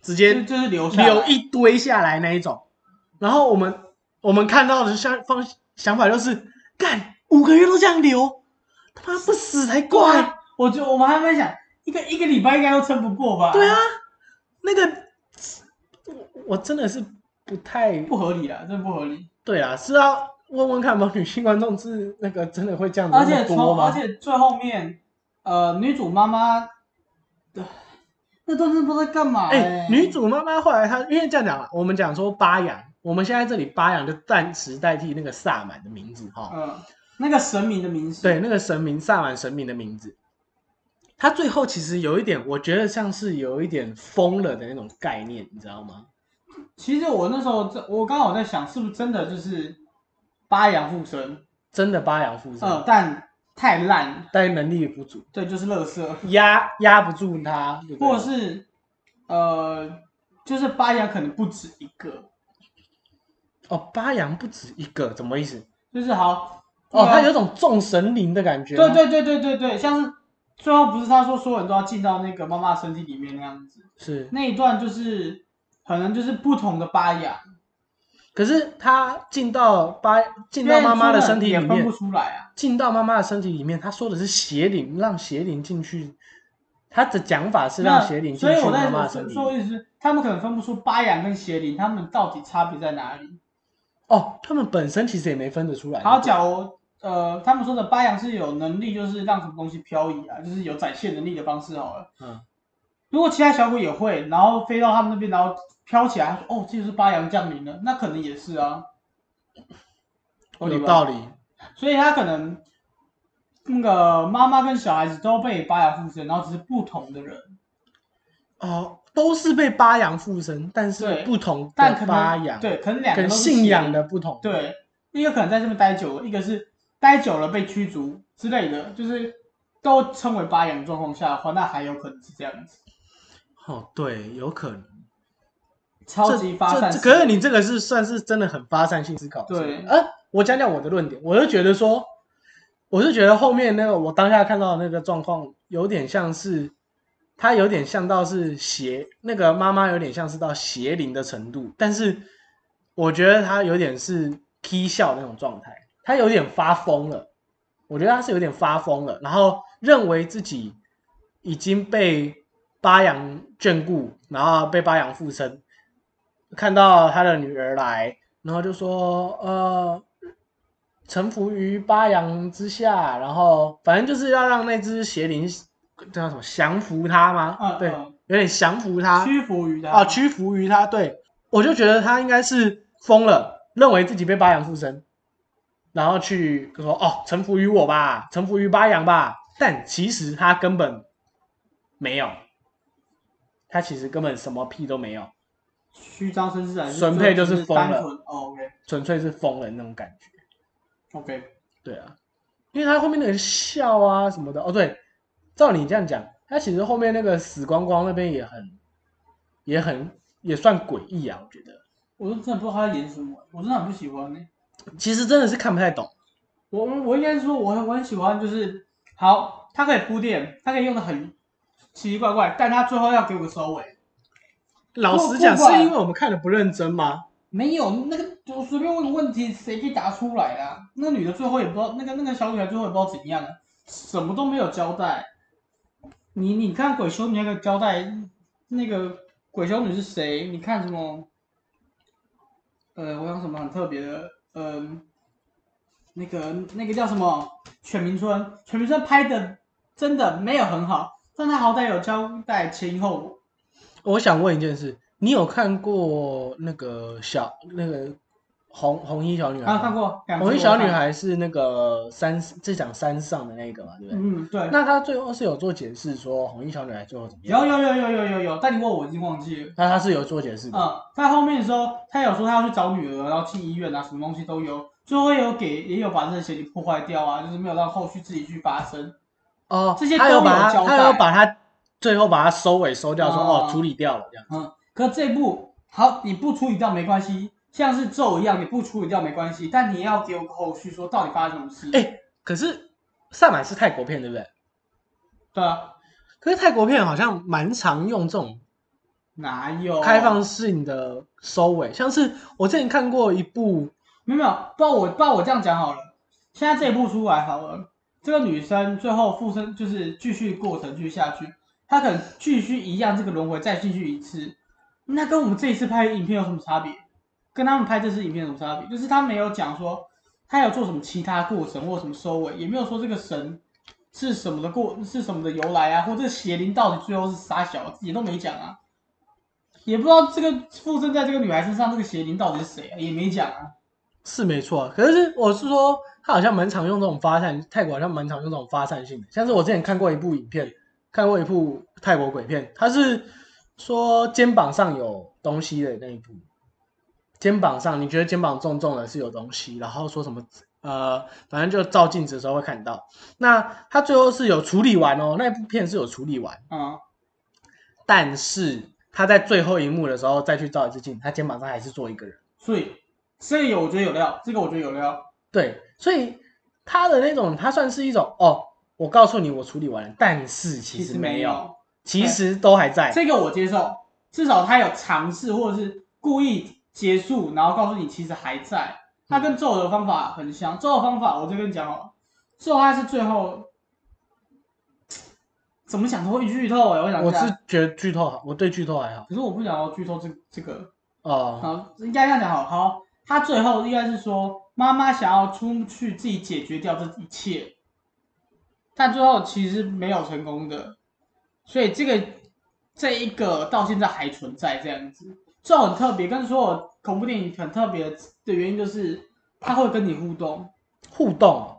Speaker 2: 直
Speaker 1: 就
Speaker 2: 接
Speaker 1: 就是流下来啊
Speaker 2: 流一堆下来那一种。然后我们我们看到的相方想法就是，干五个月都这样流，他妈不死才怪。
Speaker 1: 哇！我觉得我们还在想，一个一个礼拜应该都撑不过吧？
Speaker 2: 对啊，，那个我我真的是不太
Speaker 1: 不合理啦，啊真的不合理。
Speaker 2: 对啊，是要问问看吧，女性观众是那个真的会这样子
Speaker 1: 而
Speaker 2: 那
Speaker 1: 且
Speaker 2: 么多
Speaker 1: 从而
Speaker 2: 吗？
Speaker 1: 且最后面，呃，女主妈妈，呃那都是不知道在干嘛、
Speaker 2: 哎、
Speaker 1: 欸
Speaker 2: 女主妈妈后来她因为这样讲了，我们讲说巴扬，我们现在这里巴扬就暂时代替那个萨满的名字哈，
Speaker 1: 嗯，那个神明的名字，
Speaker 2: 对，，那个神明萨满神明的名字。他最后其实有一点，我觉得像是有一点疯了的那种概念，你知道吗？
Speaker 1: 其实我那时候在，我刚好在想，是不是真的就是八阳附身？
Speaker 2: 真的巴扬附身，
Speaker 1: 呃，但太烂，
Speaker 2: 但能力不足，
Speaker 1: 对，就是乐色，
Speaker 2: 压压不住他，对不对
Speaker 1: 或者是呃，就是八阳可能不止一个，
Speaker 2: 哦，八阳不止一个，怎么意思？
Speaker 1: 就是好
Speaker 2: 哦，
Speaker 1: 那个
Speaker 2: 它有种众神灵的感觉。
Speaker 1: 啊对，对对对对对，像是最后不是他说所有人都要进到那个妈妈的身体里面那样子，
Speaker 2: 是。
Speaker 1: 那一段就是可能就是不同的八雅，
Speaker 2: 可是他进到八，进到妈妈的身体里
Speaker 1: 因为也分
Speaker 2: 面
Speaker 1: 不，出来啊。
Speaker 2: 进到妈妈的身体里面，他说的是邪灵，让邪灵进去。他的讲法是让
Speaker 1: 那
Speaker 2: 邪灵进
Speaker 1: 所以
Speaker 2: 去
Speaker 1: 我
Speaker 2: 妈
Speaker 1: 在
Speaker 2: 妈的
Speaker 1: 说
Speaker 2: 身体
Speaker 1: 说
Speaker 2: 里。
Speaker 1: 意思是，他们可能分不出八雅跟邪灵，他们到底差别在哪里？
Speaker 2: 哦，他们本身其实也没分得出来。
Speaker 1: 好，
Speaker 2: 对不对
Speaker 1: 假如呃，他们说的八阳是有能力，就是让什么东西漂移啊，就是有展现能力的方式好了。
Speaker 2: 嗯，
Speaker 1: 如果其他小鬼也会，然后飞到他们那边，然后飘起来，他说哦，这就是八阳降临了，那可能也是啊，合理
Speaker 2: 嗯有
Speaker 1: 吧
Speaker 2: 道理。
Speaker 1: 所以他可能那个妈妈跟小孩子都被八阳附身，然后只是不同的人，
Speaker 2: 哦，都是被八阳附身，但是
Speaker 1: 对
Speaker 2: 不同
Speaker 1: 但
Speaker 2: 的
Speaker 1: 可
Speaker 2: 八
Speaker 1: 能
Speaker 2: 阳，
Speaker 1: 对，可能两个
Speaker 2: 跟
Speaker 1: 都是
Speaker 2: 信仰
Speaker 1: 邪
Speaker 2: 的不同。
Speaker 1: 对，一个可能在这边待久了，一个是待久了被驱逐之类的，就是都称为八阳状况下的话，那还有可能是这样子，
Speaker 2: 哦，对，有可能。
Speaker 1: 超级发散
Speaker 2: 这
Speaker 1: 思
Speaker 2: 这。可
Speaker 1: 维。
Speaker 2: 是你这个是算是真的很发散性思考。
Speaker 1: 对
Speaker 2: 呃，我讲讲我的论点，我就觉得说，我是觉得后面那个我当下看到的那个状况，有点像是，它有点像到是邪那个妈妈有点像是到邪灵的程度，但是我觉得她有点是踢笑那种状态，她有点发疯了，我觉得她是有点发疯了，然后认为自己已经被巴扬眷顾，然后被巴扬附身，看到他的女儿来，然后就说呃，臣服于巴扬之下，然后反正就是要让那只邪灵这叫什么降服他吗？
Speaker 1: 嗯
Speaker 2: 对
Speaker 1: 嗯，
Speaker 2: 有点降服他，
Speaker 1: 屈服于他
Speaker 2: 啊，屈服于他。对，我就觉得他应该是疯了，认为自己被巴扬附身，然后去说哦，臣服于我吧，臣服于巴扬吧。但其实他根本没有，他其实根本什么屁都没有，
Speaker 1: 虚张声势还啊是
Speaker 2: 纯配就是疯了
Speaker 1: 单纯哦，OK
Speaker 2: 纯粹是疯了那种感觉。
Speaker 1: OK，
Speaker 2: 对啊，因为他后面那个笑啊什么的，哦对，照你这样讲，他其实后面那个死光光那边也很，也很也算诡异啊，我觉得。
Speaker 1: 我都真的不知道他在演什么，我真的很不喜欢呢、
Speaker 2: 其实真的是看不太懂。
Speaker 1: 我我我应该说我很我很喜欢，就是好，它可以铺垫，它可以用的很奇奇怪怪，但它最后要给我个收尾。
Speaker 2: 老实讲，是因为我们看的不认真吗？
Speaker 1: 没有，那个我随便问个问题，谁可以答出来啊？那女的最后也不知道，那个那个小女孩最后也不知道怎样，啊什么都没有交代。你你看鬼修女那个交代，那个鬼修女是谁？你看什么？呃，我想什么很特别的，嗯、那个那个叫什么犬鸣村，犬鸣村拍的真的没有很好，但他好歹有交代前因后果。
Speaker 2: 我想问一件事，你有看过那个小那个《红红衣小女孩
Speaker 1: 啊，看过两
Speaker 2: 红
Speaker 1: 只
Speaker 2: 衣小女
Speaker 1: 我看，
Speaker 2: 孩是那个山这讲山上的那个嘛，对不对？
Speaker 1: 嗯，对，
Speaker 2: 那他最后是有做解释说红衣小女孩最后怎么
Speaker 1: 有
Speaker 2: 样？
Speaker 1: 有有有有有有，但你问我我已经忘记了。
Speaker 2: 那他是有做解释的。
Speaker 1: 嗯，在后面的时候，他有说他要去找女儿，然后去医院啊，什么东西都有，最后也有给也有把这个协议破坏掉啊，就是没有让后续自己去发生。
Speaker 2: 哦，
Speaker 1: 这些
Speaker 2: 他
Speaker 1: 都
Speaker 2: 有
Speaker 1: 有
Speaker 2: 把
Speaker 1: 交
Speaker 2: 他他
Speaker 1: 代
Speaker 2: 有把他最后把它收尾收掉，说
Speaker 1: 哦
Speaker 2: 哦处理掉了这样。
Speaker 1: 嗯，可这部好，你不处理掉没关系，像是咒一样，你不处理掉没关系，但你要给我个后续，说到底发生什么事。
Speaker 2: 哎可是萨满是泰国片对不对？
Speaker 1: 对啊，
Speaker 2: 可是泰国片好像蛮常用这种
Speaker 1: 哪有
Speaker 2: 开放？性的收尾，像是我之前看过一部
Speaker 1: 没有没有，不然我不然我这样讲好了，现在这一部出来好了，这个女生最后附身就是继续过程继续下去，她可能继续一样这个轮回再进去一次，那跟我们这一次拍的影片有什么差别？跟他们拍这次影片有什么差别？就是他没有讲说他有做什么其他过程或什么收尾，也没有说这个神是什么的过是什么的由来啊，或者邪灵到底最后是啥小子也都没讲啊，也不知道这个附身在这个女孩身上这个邪灵到底是谁啊，也没讲啊。
Speaker 2: 是没错，啊可是我是说他好像蛮常用这种发散，泰国好像蛮常用这种发散性的，像是我之前看过一部影片，看过一部泰国鬼片，它是说肩膀上有东西的那一部，肩膀上你觉得肩膀重重的是有东西，然后说什么呃，反正就照镜子的时候会看到，那他最后是有处理完哦，那一部片是有处理完。
Speaker 1: 嗯，
Speaker 2: 但是他在最后一幕的时候再去照一次镜，他肩膀上还是坐一个人。
Speaker 1: 所以这个有我觉得有料，这个我觉得有料。
Speaker 2: 对，所以他的那种，他算是一种哦，我告诉你我处理完了，但是其实没有，，其实都还在。
Speaker 1: 这个我接受，至少他有尝试或者是故意结束，然后告诉你其实还在。他
Speaker 2: 嗯
Speaker 1: 跟咒的方法很像，咒的方法我就跟你讲哦，咒他是最后怎么讲都会剧透哎、我想
Speaker 2: 我
Speaker 1: 一下
Speaker 2: 是觉得剧透好，我对剧透还好
Speaker 1: 可是我不想要剧透这这个，
Speaker 2: 哦。
Speaker 1: 好，应该这样讲好。好，他最后应该是说，妈妈想要出去自己解决掉这一切，但最后其实没有成功的，所以这个这一个到现在还存在这样子，这很特别，跟所有恐怖电影很特别的原因就是，他会跟你互动。
Speaker 2: 互动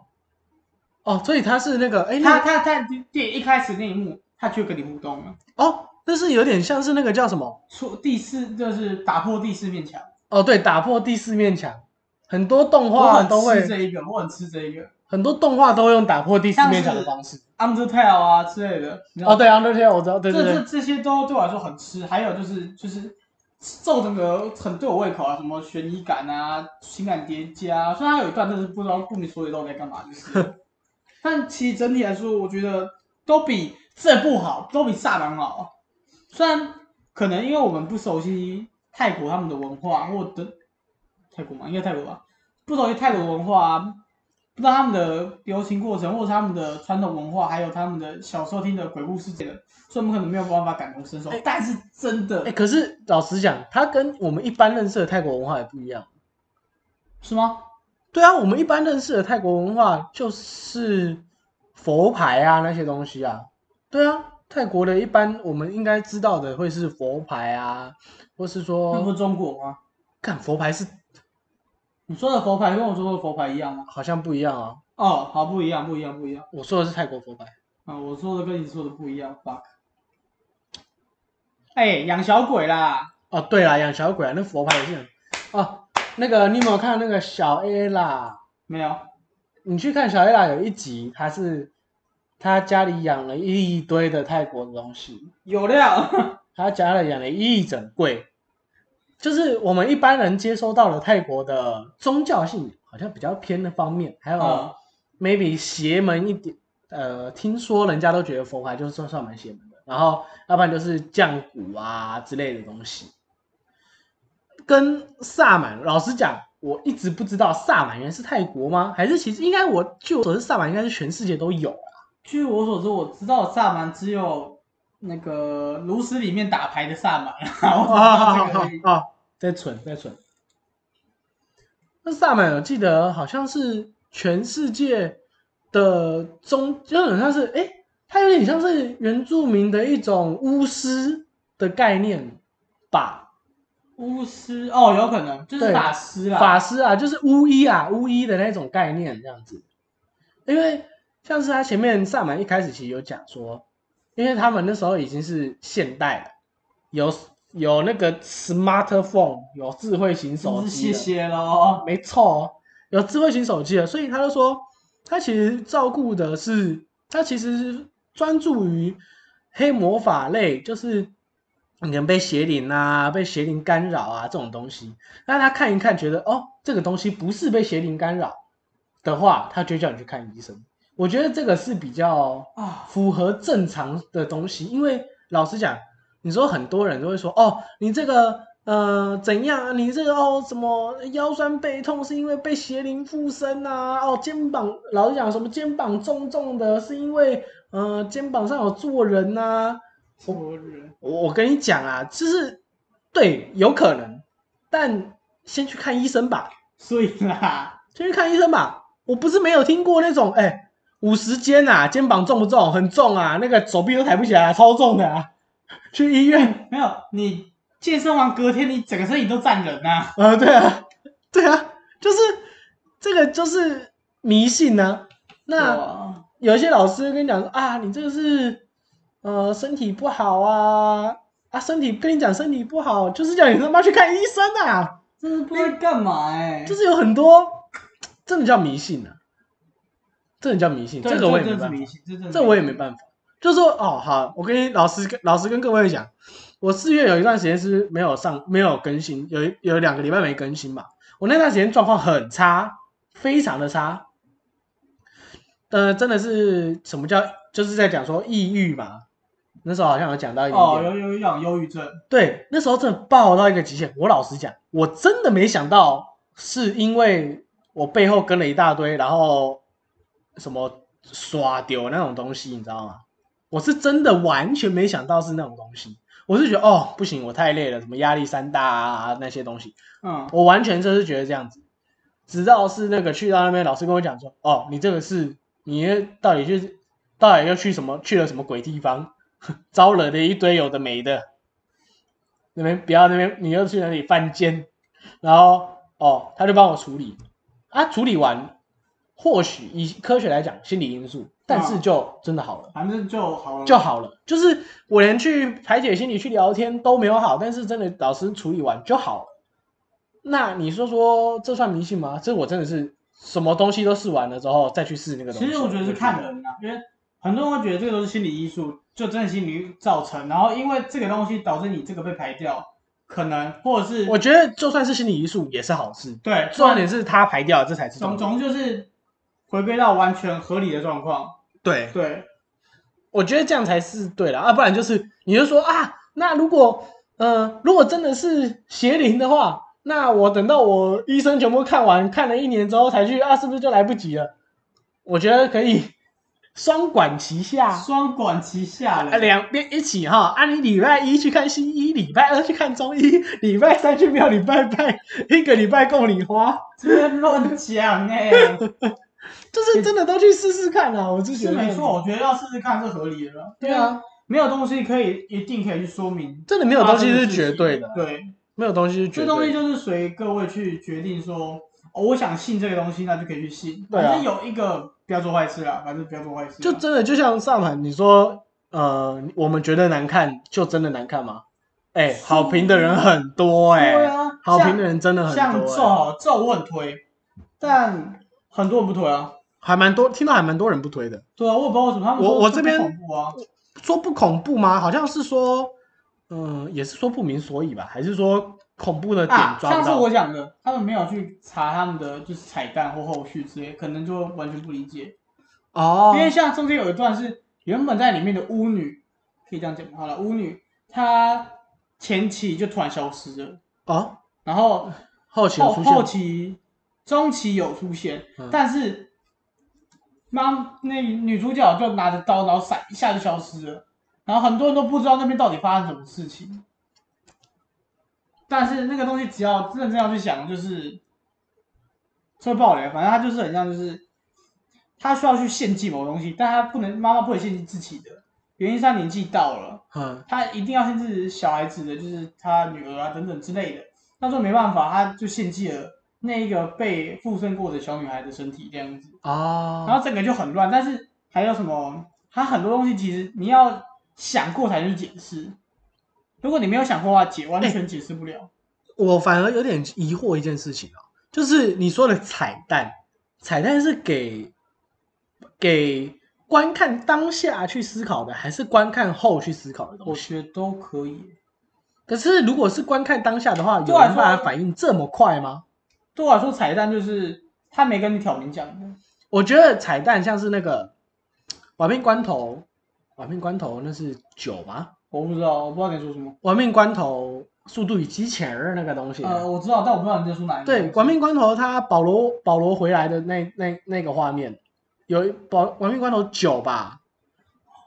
Speaker 2: 哦，所以他是那个哎，
Speaker 1: 他
Speaker 2: 那
Speaker 1: 他他电影一开始那一幕，他就跟你互动了。
Speaker 2: 哦，那是有点像是那个叫什么
Speaker 1: 出第四就是打破第四面墙，
Speaker 2: 哦，对，打破第四面墙。很多动
Speaker 1: 我
Speaker 2: 画
Speaker 1: 很
Speaker 2: 都
Speaker 1: 吃
Speaker 2: 会，
Speaker 1: 这一个，我很吃这一个
Speaker 2: 很多动画都会用打破第四面墙的
Speaker 1: 像是
Speaker 2: 方式。
Speaker 1: Undertale 啊之类的。你知道吗
Speaker 2: 哦，对啊，那天我知道，对对
Speaker 1: 这
Speaker 2: 对
Speaker 1: 这，这些都对我来说很吃，还有就是就是咒整个很对我胃口啊，什么悬疑感啊、情感叠加、啊，虽然它有一段真的是不知道不明所以到底在干嘛，就是，
Speaker 2: (laughs)
Speaker 1: 但其实整体来说，我觉得都比这部好，都比萨满好。虽然可能因为我们不熟悉泰国他们的文化，或者泰国嘛，应该泰国吧，不熟悉泰国文化、啊，不知道他们的流行过程，或者他们的传统文化，还有他们的小时候听的鬼故事之类的，所以我们可能没有办法感同身受。
Speaker 2: 哎
Speaker 1: 但是真的、
Speaker 2: 哎、可是老实讲，它跟我们一般认识的泰国文化也不一样。
Speaker 1: 是吗？
Speaker 2: 对啊，我们一般认识的泰国文化就是佛牌啊那些东西啊。对啊，泰国的一般我们应该知道的会是佛牌啊，或是
Speaker 1: 那不
Speaker 2: 说
Speaker 1: 是中国吗？
Speaker 2: 看佛牌是
Speaker 1: 你说的佛牌跟我说的佛牌一样吗？
Speaker 2: 好像不一样啊。
Speaker 1: 哦，好，不一样，不一样，不一样。
Speaker 2: 我说的是泰国佛牌，
Speaker 1: 啊、我说的跟你说的不一样，fuck。哎，养小鬼啦！
Speaker 2: 哦，对啦，养小鬼啊，那佛牌也是养。哦，那个你有没有看那个小 A 啦？
Speaker 1: 没有，
Speaker 2: 你去看小艾拉有一集，他是他家里养了一堆的泰国的东西，
Speaker 1: 有
Speaker 2: (laughs)
Speaker 1: 料。
Speaker 2: 他家里养了一整柜，就是我们一般人接收到了泰国的宗教性，好像比较偏的方面，还有
Speaker 1: 嗯
Speaker 2: maybe 邪门一点。呃，听说人家都觉得佛牌就是算算蛮邪门的，然后要不然就是降骨啊之类的东西。跟萨满，老实讲，我一直不知道萨满原来是泰国吗？还是其实应该我据我所知，萨满应该是全世界都有啊。
Speaker 1: 据我所知，我知道萨满只有那个炉石里面打牌的萨满，啊我只知道这个而已。
Speaker 2: 啊！在蠢在蠢。那萨满，我记得好像是全世界的宗，就很像是哎、诶它有点像是原住民的一种巫师的概念吧。
Speaker 1: 巫师哦，有可能就是
Speaker 2: 对
Speaker 1: 法师啦，
Speaker 2: 法师啊，就是巫医啊，巫医的那种概念这样子。因为像是他前面萨满一开始其实有讲说，因为他们那时候已经是现代了，有有那个 smartphone，有智慧型手
Speaker 1: 就是
Speaker 2: 机
Speaker 1: 谢
Speaker 2: 了，
Speaker 1: 谢喽。
Speaker 2: 哦没错，有智慧型手机了，啊所以他就说，他其实照顾的是，他其实是专注于黑魔法类，就是你可能被邪灵啊、被邪灵干扰啊这种东西。那他看一看，觉得哦，这个东西不是被邪灵干扰的话，他就叫你去看医生。我觉得这个是比较
Speaker 1: 啊，
Speaker 2: 符合正常的东西，因为老实讲，你说很多人都会说，哦，你这个呃怎样啊？你这个哦什么腰酸背痛是因为被邪灵附身啊？哦，肩膀老实讲什么肩膀重重的，是因为呃肩膀上有坐人呐、
Speaker 1: 我人
Speaker 2: 我我跟你讲啊，就是对，有可能，但先去看医生吧，
Speaker 1: 所以啦，
Speaker 2: 先去看医生吧。我不是没有听过那种，哎、五十肩啊，肩膀重不重？很重啊，那个手臂都抬不起来、超重的啊。去医院，
Speaker 1: 没有你健身完隔天，你整个身体都站人呐、
Speaker 2: 呃，对啊，对啊，就是这个就是迷信呢、那
Speaker 1: 哇
Speaker 2: 有一些老师跟你讲说啊，你这个是呃身体不好啊啊，身体跟你讲身体不好，就是叫你他妈去看医生啊。
Speaker 1: 这是不知道干嘛哎、
Speaker 2: 就是有很多真的叫迷信啊，真的叫迷信，
Speaker 1: 对
Speaker 2: 这个我也没
Speaker 1: 真的是
Speaker 2: 办法
Speaker 1: 迷，信，这
Speaker 2: 这我也没
Speaker 1: 法。
Speaker 2: 办法。就说哦，好，我跟老师跟老师跟各位讲，我四月有一段时间是没有上没有更新，有一有两个礼拜没更新嘛。我那段时间状况很差，非常的差。呃，真的是什么叫就是在讲说抑郁嘛？那时候好像有讲到一点
Speaker 1: 哦，有有有讲忧郁症，
Speaker 2: 对，那时候真的爆到一个极限。我老实讲，我真的没想到是因为我背后跟了一大堆，然后什么刷丢那种东西，你知道吗？我是真的完全没想到是那种东西。我是觉得哦，不行，我太累了，什么压力山大啊那些东西，
Speaker 1: 嗯，
Speaker 2: 我完全就是觉得这样子。直到是那个去到那边，老师跟我讲说，哦，你这个是你到底去到底又去什么去了什么鬼地方， (laughs) 招惹了一堆有的没的。那边不要那边，你又去那里犯奸，然后哦，他就帮我处理啊，处理完，或许以科学来讲心理因素，但是
Speaker 1: 嗯
Speaker 2: 就真的好了。
Speaker 1: 反正就好了，
Speaker 2: 就好了。就是我连去排解心理、去聊天都没有好，但是真的老师处理完就好了。那你说说这算迷信吗？这我真的是什么东西都试完了之后再去试那个东西。
Speaker 1: 其实我觉得是看人啊，因为很多人会觉得这个都是心理因素，就真的心理造成，然后因为这个东西导致你这个被排掉，可能或者是
Speaker 2: 我觉得就算是心理因素也是好事，
Speaker 1: 对，
Speaker 2: 重点是他排掉了，这才是重
Speaker 1: 总总
Speaker 2: 点。
Speaker 1: 之就是回归到完全合理的状况，
Speaker 2: 对，
Speaker 1: 对，
Speaker 2: 我觉得这样才是对的啊，不然就是你就说啊，那如果呃，如果真的是邪灵的话，那我等到我医生全部看完，看了一年之后才去啊，是不是就来不及了？我觉得可以双管齐下，
Speaker 1: 双管齐下
Speaker 2: 啊，
Speaker 1: 了。
Speaker 2: 两边一起哈。啊，你礼拜一去看西医，礼拜二去看中医，礼拜三去庙里拜拜，一个礼拜够你花，
Speaker 1: 这边乱
Speaker 2: (laughs)
Speaker 1: 讲哎，
Speaker 2: 就是真的都去试试看啊！我就觉
Speaker 1: 是
Speaker 2: 得
Speaker 1: 没错，，我觉得要试试看是合理的了。
Speaker 2: 对啊，，
Speaker 1: 没有东西可以一定可以去说明，
Speaker 2: 真的没有东西是绝对的，
Speaker 1: 对，
Speaker 2: 没有东西是绝
Speaker 1: 这
Speaker 2: 对的。
Speaker 1: 东西就是随各位去决定说，哦，我想信这个东西，那就可以去信。
Speaker 2: 对啊
Speaker 1: 反正有一个不要做坏事啦，反正不要做坏事啦。
Speaker 2: 就真的就像上海，你说，呃，我们觉得难看，就真的难看吗？哎、好评的人很多哎、
Speaker 1: 对啊，
Speaker 2: 好评的人真的很
Speaker 1: 像
Speaker 2: 多、
Speaker 1: 咒
Speaker 2: 哎
Speaker 1: 好了咒我很推，但很多人不推啊。
Speaker 2: 还蛮多，听到还蛮多人不推的。
Speaker 1: 对啊，我也不知道为什么他们
Speaker 2: 我
Speaker 1: 说
Speaker 2: 我
Speaker 1: 不
Speaker 2: 这边
Speaker 1: 恐怖啊，
Speaker 2: 说不恐怖吗？好像是说，嗯、也是说不明所以吧，还是说恐怖的点
Speaker 1: 啊，
Speaker 2: 抓
Speaker 1: 像
Speaker 2: 不
Speaker 1: 是
Speaker 2: 到？
Speaker 1: 我讲的，他们没有去查他们的就是彩蛋或后续之类，可能就完全不理解。
Speaker 2: 哦
Speaker 1: 因为像中间有一段是原本在里面的巫女，可以这样讲吗好了，巫女她前期就突然消失了，
Speaker 2: 哦，
Speaker 1: 然后
Speaker 2: 后 (laughs) 期有
Speaker 1: 后
Speaker 2: 出
Speaker 1: 后
Speaker 2: 现
Speaker 1: 期中期有出现，
Speaker 2: 嗯
Speaker 1: 但是妈那女主角就拿着刀，然后闪一下就消失了，然后很多人都不知道那边到底发生什么事情。但是那个东西只要认真要去想，就是会爆雷。反正它就是很像，就是他需要去献祭某东西，但他不能妈妈不能献祭自己的，原因是他年纪到了。
Speaker 2: 嗯
Speaker 1: 他一定要限制小孩子的，就是他女儿啊等等之类的。那就没办法，他就献祭了那一个被附身过的小女孩的身体这样子，然
Speaker 2: 哦，
Speaker 1: 后整个就很乱。但是还有什么？它很多东西其实你要想过才能去解释，如果你没有想过的话，解完全解释不了。
Speaker 2: 我反而有点疑惑一件事情哦，就是你说的彩蛋，彩蛋是给给观看当下去思考的，还是观看后去思考的东
Speaker 1: 哎我
Speaker 2: 西？
Speaker 1: 觉得都可以。
Speaker 2: 可是如果是观看当下的话，
Speaker 1: 对
Speaker 2: 有
Speaker 1: 我来
Speaker 2: 人
Speaker 1: 说
Speaker 2: 把它反应这么快吗？
Speaker 1: 对我来说，彩蛋就是他没跟你挑明讲的，
Speaker 2: 我觉得彩蛋像是那个玩命关头，玩命关头那是酒吗？
Speaker 1: 我不知道，我不知道你在说什么。
Speaker 2: 玩命关头，速度与激情儿那个东西啊、
Speaker 1: 呃，我知道，但我不知道你在说哪一个。
Speaker 2: 对，玩命关头他保罗保罗回来的那那那个画面，有一保玩命关头九吧，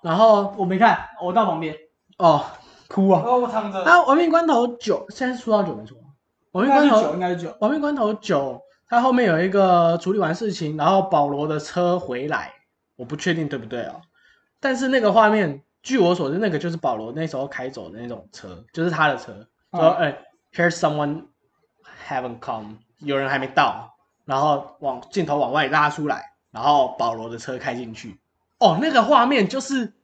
Speaker 2: 然后
Speaker 1: 我没看，我到旁边。
Speaker 2: 哦哭啊，
Speaker 1: 哦，我躺着。
Speaker 2: 啊玩命关头九现在说到九没错，玩
Speaker 1: 应
Speaker 2: 命
Speaker 1: 该
Speaker 2: 关
Speaker 1: 是九，
Speaker 2: 头
Speaker 1: 应该是九。
Speaker 2: 玩命关头九，他后面有一个处理完事情，然后保罗的车回来，我不确定对不对哦，但是那个画面据我所知，那个就是保罗那时候开走的那种车，就是他的车，说
Speaker 1: 嗯
Speaker 2: 哎、h e r e s someone haven't come，有人还没到，然后往镜头往外拉出来，然后保罗的车开进去，哦，那个画面就是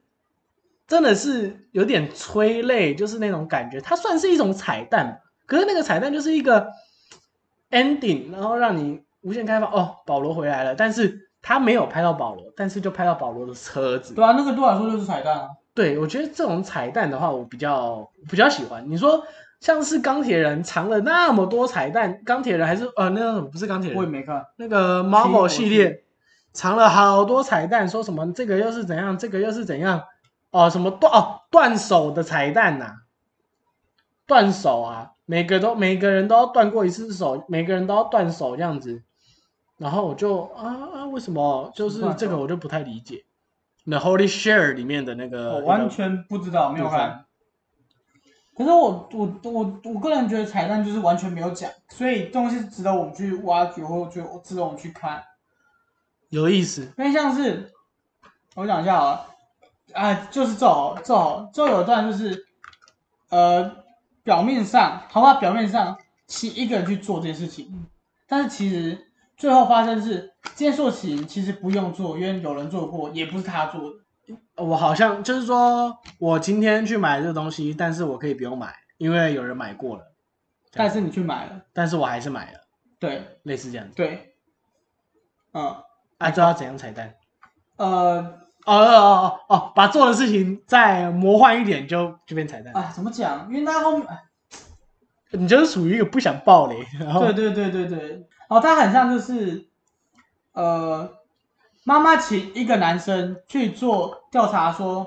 Speaker 2: 真的是有点催泪，就是那种感觉，它算是一种彩蛋，可是那个彩蛋就是一个 ending，然后让你无限开放，哦，保罗回来了，但是他没有拍到保罗，但是就拍到保罗的车子，
Speaker 1: 对啊，那个对我来说就是彩蛋啊。
Speaker 2: 对，我觉得这种彩蛋的话，我比较比较喜欢。你说像是钢铁人藏了那么多彩蛋，钢铁人还是呃那个什么不是钢铁
Speaker 1: 我也
Speaker 2: 人，
Speaker 1: 没看。
Speaker 2: 那个
Speaker 1: 奇
Speaker 2: Marvel
Speaker 1: 异博
Speaker 2: 系
Speaker 1: 士
Speaker 2: 列藏了好多彩蛋，说什么这个又是怎样，这个又是怎样，哦、什么断哦断手的彩蛋呐、断手啊，每个都每个人都要断过一次手，每个人都要断手这样子。然后我就啊啊，为什么就是
Speaker 1: 断手
Speaker 2: 这个我就不太理解。The Holy Share 里面的那个
Speaker 1: 我
Speaker 2: 那
Speaker 1: 完
Speaker 2: 呃个
Speaker 1: 全不知道，没有
Speaker 2: 部分
Speaker 1: 看。可是我我我我个人觉得彩蛋就是完全没有讲，所以这东西是值得我们去挖掘，或者就值得我们去看。
Speaker 2: 有意思，
Speaker 1: 因为像是我讲一下啊，啊，就是咒好咒好咒有一段就是，呃，表面上好吧，表面上其一个人去做这件事
Speaker 2: 嗯
Speaker 1: 情，但是其实最后发生是这件事情其实不用做，因为有人做过，也不是他做的。
Speaker 2: 我好像就是说我今天去买这个东西，但是我可以不用买，因为有人买过了，
Speaker 1: 但是你去买了，
Speaker 2: 但是我还是买了，
Speaker 1: 对
Speaker 2: 类似这样子。
Speaker 1: 对，嗯
Speaker 2: 啊，知道怎样彩蛋？
Speaker 1: 呃
Speaker 2: 哦哦哦哦，把做的事情再魔幻一点就，就变彩蛋。
Speaker 1: 啊，怎么讲？因为他后面，哎
Speaker 2: 你就是属于一个不想爆雷，然后
Speaker 1: 对对对对对，然后他很像就是，呃，妈妈请一个男生去做调查，说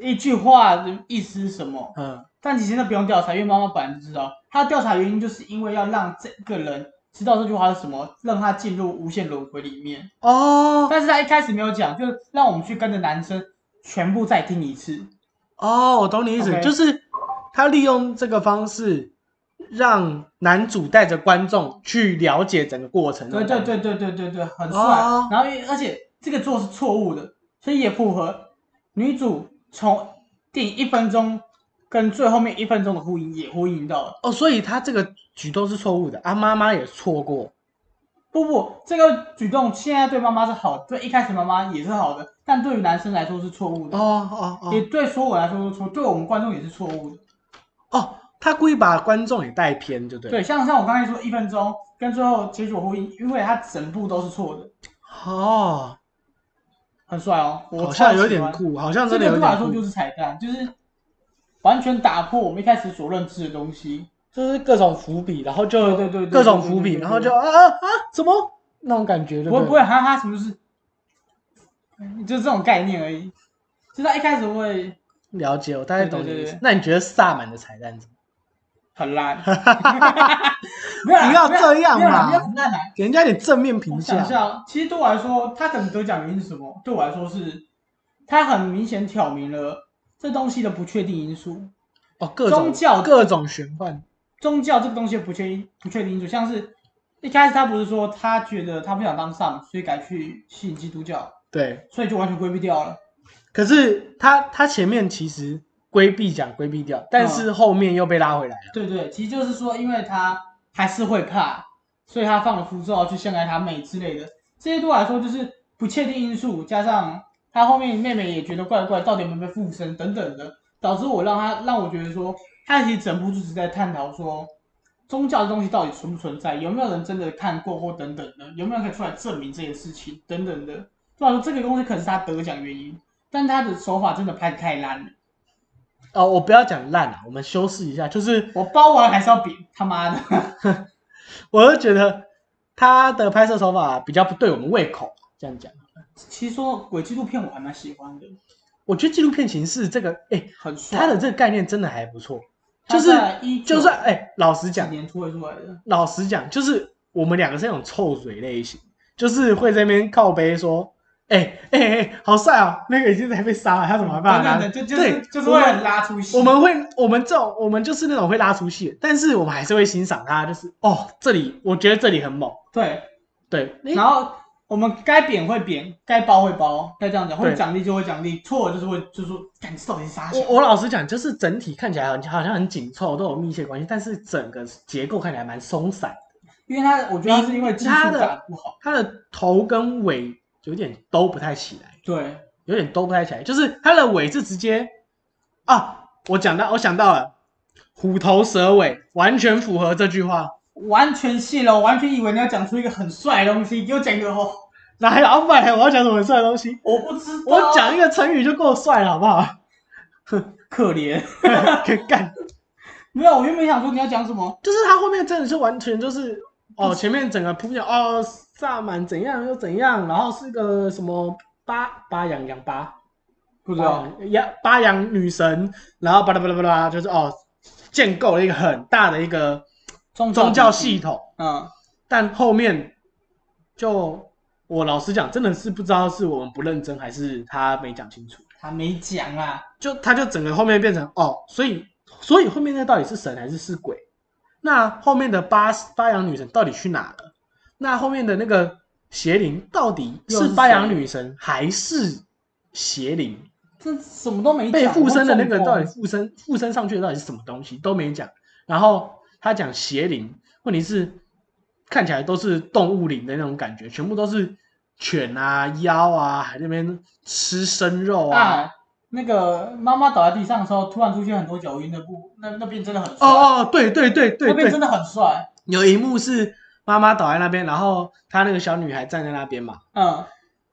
Speaker 1: 一句话的意思是什么，
Speaker 2: 嗯
Speaker 1: 但其实那不用调查，因为妈妈本来就知道。他调查原因就是因为要让这个人知道这句话是什么，让他进入无限轮回里面。
Speaker 2: 哦
Speaker 1: 但是他一开始没有讲，就让我们去跟着男生全部再听一次。
Speaker 2: 哦，我懂你意思
Speaker 1: OK
Speaker 2: 就是他利用这个方式让男主带着观众去了解整个过程。
Speaker 1: 对对，对对对对对，很帅。
Speaker 2: 哦
Speaker 1: 然后因为而且这个做是错误的，所以也符合女主从电影一分钟跟最后面一分钟的呼应也呼应到了。
Speaker 2: 哦，所以他这个举动是错误的啊，妈妈也错过。
Speaker 1: 不不，这个举动现在对妈妈是好的，对一开始妈妈也是好的，但对于男生来说是错误的，
Speaker 2: 哦哦
Speaker 1: 也
Speaker 2: 哦
Speaker 1: 对所有人来说是错，对我们观众也是错误的。
Speaker 2: 哦，他故意把观众也带偏，就对。
Speaker 1: 对，像像我刚才说一分钟跟最后结果呼应，因为它整部都是错的，
Speaker 2: 哦，
Speaker 1: 很帅哦，我
Speaker 2: 好像
Speaker 1: 超
Speaker 2: 有
Speaker 1: 喜
Speaker 2: 点
Speaker 1: 欢
Speaker 2: 酷，好像
Speaker 1: 这
Speaker 2: 真的
Speaker 1: 个
Speaker 2: 有
Speaker 1: 对我来
Speaker 2: 点
Speaker 1: 说
Speaker 2: 酷，
Speaker 1: 就是彩蛋，就是完全打破我们一开始所认知的东西。
Speaker 2: 就是各种伏笔，然后就
Speaker 1: 对对对对对
Speaker 2: 各种伏笔，
Speaker 1: 对对对
Speaker 2: 然后就啊啊啊，怎么那种感觉？对
Speaker 1: 不会
Speaker 2: 对
Speaker 1: 不会哈哈什么事，就是这种概念而已。就是他一开始会
Speaker 2: 了解，我大概懂你的意
Speaker 1: 对对
Speaker 2: 思
Speaker 1: 对对。
Speaker 2: 那你觉得萨满的彩蛋怎么
Speaker 1: 很
Speaker 2: (laughs)
Speaker 1: 烂，没有啦
Speaker 2: 不要
Speaker 1: 没有
Speaker 2: 这样
Speaker 1: 没有啦
Speaker 2: 嘛
Speaker 1: 没有很烂啦。啊
Speaker 2: 样？给人家一点正面评
Speaker 1: 我想一
Speaker 2: 价。
Speaker 1: 下哦，其实对我来说，他可能得奖原因是什么？对我来说是，他很明显挑明了这东西的不确定因素。
Speaker 2: 哦，各种
Speaker 1: 宗教
Speaker 2: 各种玄幻。
Speaker 1: 宗教这个东西的不确定不确定因素，像是一开始他不是说他觉得他不想当上，所以改去信基督教，
Speaker 2: 对，
Speaker 1: 所以就完全规避掉了。
Speaker 2: 可是他他前面其实规避讲规避
Speaker 1: 嗯
Speaker 2: 掉，但是后面又被拉回来了。
Speaker 1: 对对，其实就是说，因为他还是会怕，所以他放了符咒去陷害他妹之类的，这些对我来说就是不确定因素，加上他后面妹妹也觉得怪怪，到底有没有被附身等等的，导致我让他让我觉得说，他其实整部剧是在探讨说，宗教的东西到底存不存在，有没有人真的看过或等等的，有没有人可以出来证明这件事情等等的。对我来说，这个东西可能是他得奖原因，但他的手法真的拍得太烂了，
Speaker 2: 哦，我不要讲烂了，我们修饰一下，就是
Speaker 1: 我包完还是要扁他妈的。
Speaker 2: 我就觉得他的拍摄手法比较不对我们胃口，这样讲。
Speaker 1: 其实说鬼纪录片我还蛮喜欢的，
Speaker 2: 我觉得纪录片形式这个，哎、
Speaker 1: 很帅。
Speaker 2: 他的这个概念真的还不错，
Speaker 1: 它
Speaker 2: 就是
Speaker 1: 啊在19
Speaker 2: 就算哎、老实
Speaker 1: 几
Speaker 2: 讲，
Speaker 1: 年推出来的，
Speaker 2: 老实讲，就是我们两个是那种臭嘴类型，就是会在那边靠背说，哎哎哎，好帅啊，那个已经在被杀了，他怎么还把
Speaker 1: 等
Speaker 2: 他拿
Speaker 1: 等的，就就
Speaker 2: 啊对
Speaker 1: 是就是
Speaker 2: 我
Speaker 1: 为
Speaker 2: 们
Speaker 1: 了拉出戏。
Speaker 2: 我们会，我们这种，我们就是那种会拉出戏，但是我们还是会欣赏他，就是哦，这里我觉得这里很猛，
Speaker 1: 对，
Speaker 2: 对，
Speaker 1: 然后我们该扁会扁，该包会包，该这样讲，
Speaker 2: 对
Speaker 1: 会奖励就会奖励，错了就是会就是说，干你到底是啥小
Speaker 2: 我？我老实讲，就是整体看起来很好像很紧凑，都有密切关系，但是整个结构看起来蛮松散。
Speaker 1: 因为他我觉得他是因为技术
Speaker 2: 他的
Speaker 1: 打不好，
Speaker 2: 它的头跟尾有点兜不太起来，
Speaker 1: 对，
Speaker 2: 有点兜不太起来，就是它的尾是直接啊，我讲到我想到了，虎头蛇尾，完全符合这句话。
Speaker 1: 完全戏了，我完全以为你要讲出一个很帅的东西，给我讲一个哦，
Speaker 2: 哪有啊？不然我要讲什么很帅的东西？
Speaker 1: 我不知道，
Speaker 2: 我讲一个成语就够帅了，好不 (laughs) 好？
Speaker 1: 可
Speaker 2: (laughs)
Speaker 1: 怜，
Speaker 2: 干，
Speaker 1: 没有，我原本想说你要讲什么，
Speaker 2: 就是它后面真的是完全就是哦，前面整个铺垫哦，萨满怎样又怎样，然后是个什么八八羊羊八，
Speaker 1: 不知道，
Speaker 2: 啊，阳八阳女神，然后巴拉巴拉巴拉，就是哦，建构了一个很大的一个
Speaker 1: 宗
Speaker 2: 宗教系，统，
Speaker 1: 嗯，
Speaker 2: 但后面就我老实讲，真的是不知道是我们不认真，还是他没讲清楚，
Speaker 1: 他没讲啊。
Speaker 2: 就他就整个后面变成哦，所以所以后面那到底是神还是是鬼？那后面的八八阳女神到底去哪了？那后面的那个邪灵到底
Speaker 1: 又是
Speaker 2: 是
Speaker 1: 谁
Speaker 2: 八阳女神还是邪灵？
Speaker 1: 这什么都没讲
Speaker 2: 被附身的那个到底
Speaker 1: 我中
Speaker 2: 附身附身上去的到底是什么东西都没讲，然后他讲邪灵，问题是看起来都是动物灵的那种感觉，全部都是犬啊、妖啊，还在那边吃生肉
Speaker 1: 风
Speaker 2: 啊。
Speaker 1: 啊，那个妈妈倒在地上的时候，突然出现很多脚印的部，那那边真的很帅，
Speaker 2: 哦哦，对对对对
Speaker 1: 那边
Speaker 2: 对
Speaker 1: 真，的很帅，
Speaker 2: 有一幕是妈妈倒在那边，然后她那个小女孩站在那边嘛，啊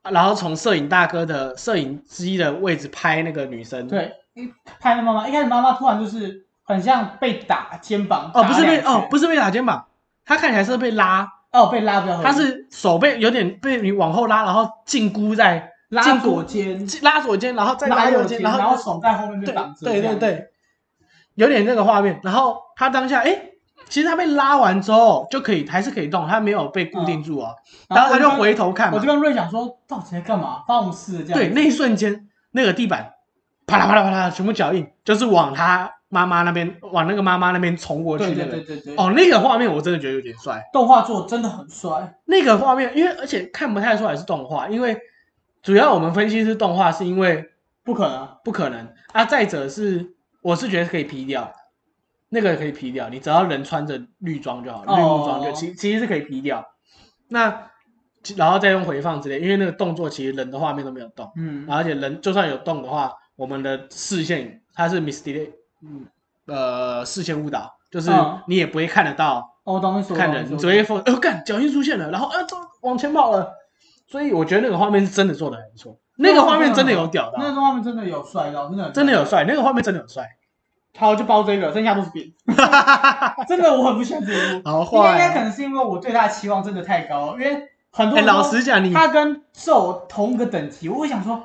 Speaker 1: 嗯，
Speaker 2: 然后从摄影大哥的摄影机的位置拍那个女生，，
Speaker 1: 对，一拍那妈妈，一开始妈妈突然就是很像被打肩膀，
Speaker 2: 哦不是被
Speaker 1: 打两
Speaker 2: 哦
Speaker 1: 拳
Speaker 2: 不是被打肩膀，她看起来是被拉
Speaker 1: 哦被拉比较合理，
Speaker 2: 他是手被有点被你往后拉，然后禁箍在
Speaker 1: 拉
Speaker 2: 禁箍
Speaker 1: 左肩，
Speaker 2: 拉左肩，然后再
Speaker 1: 拉
Speaker 2: 右
Speaker 1: 右肩，
Speaker 2: 然
Speaker 1: 然后
Speaker 2: 后
Speaker 1: 手在后面被
Speaker 2: 对
Speaker 1: 绑着，
Speaker 2: 对
Speaker 1: 这
Speaker 2: 对
Speaker 1: 样，
Speaker 2: 对，有点那个画面。然后他当下哎、诶其实他被拉完之后就可以还是可以动，他没有被固定住哦。然后他就
Speaker 1: 嗯我
Speaker 2: 回头看
Speaker 1: 跟，我
Speaker 2: 嘛
Speaker 1: 就，跟瑞讲说，到底在干嘛，发我们事这样，
Speaker 2: 对，那一瞬间那个地板啪啦啪啦啪啦，全部脚印就是往他妈妈那边往那个妈妈那边冲过去
Speaker 1: 对
Speaker 2: 那
Speaker 1: 对
Speaker 2: 个
Speaker 1: 对。对对，
Speaker 2: 哦，那个画面我真的觉得有点帅。
Speaker 1: 动画做得真的很帅，
Speaker 2: 那个画面，因为而且看不太出来是动画，因为主要我们分析是动画，是因为
Speaker 1: 不可能，
Speaker 2: 不可能啊。再者是，我是觉得可以 P 掉，那个可以 P 掉，你只要人穿着绿装就好了，
Speaker 1: 哦
Speaker 2: 绿木装就其其实是可以 P 掉。那其然后再用回放之类，因为那个动作其实人的画面都没有动，
Speaker 1: 嗯，
Speaker 2: 而且人就算有动的话，我们的视线它是 mis delay，嗯，呃，视线误导，就是
Speaker 1: 嗯
Speaker 2: 你也不会看得到。
Speaker 1: 哦我懂你说，
Speaker 2: 看
Speaker 1: 我懂
Speaker 2: 人，
Speaker 1: 你
Speaker 2: 你
Speaker 1: 说
Speaker 2: 只会说，哦，干，侥幸出现了，然后啊，走，往前跑了。所以我觉得那个画面是真的做的很不错，那个画面真的有屌
Speaker 1: 那
Speaker 2: 到，
Speaker 1: 动画面真的有帅到，真的很
Speaker 2: 真的有帅，那个画面真的有帅。
Speaker 1: 好，就包这个，剩下都是
Speaker 2: (laughs)
Speaker 1: 饼。真的，我很不喜欢这一幕。
Speaker 2: 嗯好
Speaker 1: 应该应该
Speaker 2: (laughs) 坏啊
Speaker 1: 可能是因为我对他的期望真的太高，因为很多
Speaker 2: 哎，
Speaker 1: 人
Speaker 2: 老
Speaker 1: 说
Speaker 2: 实讲你，
Speaker 1: 他跟咒同一个等级，我会想说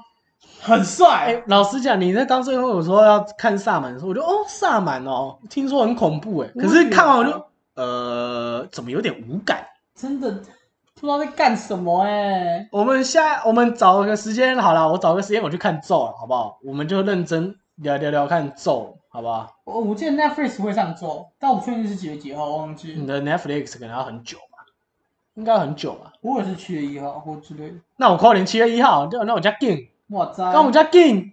Speaker 1: 很帅，
Speaker 2: 哎，老实讲你在刚最后我说要看萨满的时候，我就哦萨满哦，听说很恐怖哎，可是看完我就呃怎么有点无感。
Speaker 1: 真的不知道在干什么哎。
Speaker 2: 我们下我们找个时间好了，我找个时间我去看咒了，好不好？我们就认真聊聊聊看咒，好不好？
Speaker 1: 我我记得 Netflix 会上咒，但我不确定是几月几号，我忘记。
Speaker 2: 你的 Netflix 可能要很久吧，应该很久吧。
Speaker 1: 我也是七月一号或之类的。
Speaker 2: 那我扣零七月一号，就那我家 g
Speaker 1: 哇塞！
Speaker 2: 那我家 g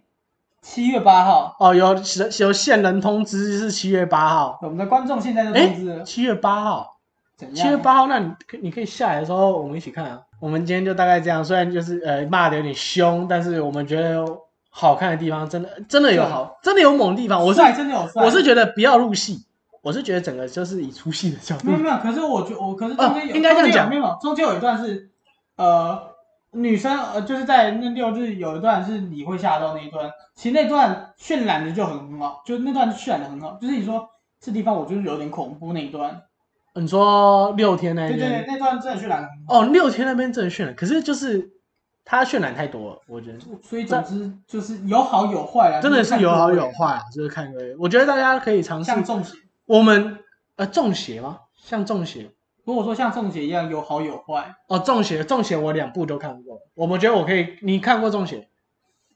Speaker 1: 七月八号，
Speaker 2: 哦，有有线人通知是七月八号，
Speaker 1: 我们的观众现在就
Speaker 2: 哎
Speaker 1: 通知了，
Speaker 2: 七月八号，
Speaker 1: 怎
Speaker 2: 七
Speaker 1: 样？
Speaker 2: 月八号，那你可你可以下来的时候，我们一起看啊。我们今天就大概这样，虽然就是呃骂的有点凶，但是我们觉得好看的地方真的真的有好，真的有猛地方。我是
Speaker 1: 帅真的有帅，
Speaker 2: 我是觉得不要入戏，我是觉得整个就是以出戏的角
Speaker 1: 没有
Speaker 2: 度，
Speaker 1: 没有，可是我觉我可是中间有、
Speaker 2: 哦应该这
Speaker 1: 中
Speaker 2: 样讲
Speaker 1: 间有没有，中间有一段是呃女生呃就是在那六日有一段是你会吓到那一段，其实那段渲染的就很很好，就是那段渲染的很好，就是你说这地方我就是有点恐怖那一段，
Speaker 2: 你说六天那
Speaker 1: 对
Speaker 2: 一
Speaker 1: 对对
Speaker 2: 边，，
Speaker 1: 那段真的渲染得很好，
Speaker 2: 哦，六天那边真的渲染，可是就是它渲染太多了，我觉得。
Speaker 1: 所以总之就是有好有坏啊，
Speaker 2: 真的
Speaker 1: 就是看
Speaker 2: 有好
Speaker 1: 各位
Speaker 2: 有，坏啊，就是看各位。我觉得大家可以尝试
Speaker 1: 像中邪，
Speaker 2: 我们呃中邪吗？像中邪
Speaker 1: 如果说像中邪一样有好有坏，
Speaker 2: 哦，中邪中邪我两部都看过，我们觉得我可以，你看过中邪？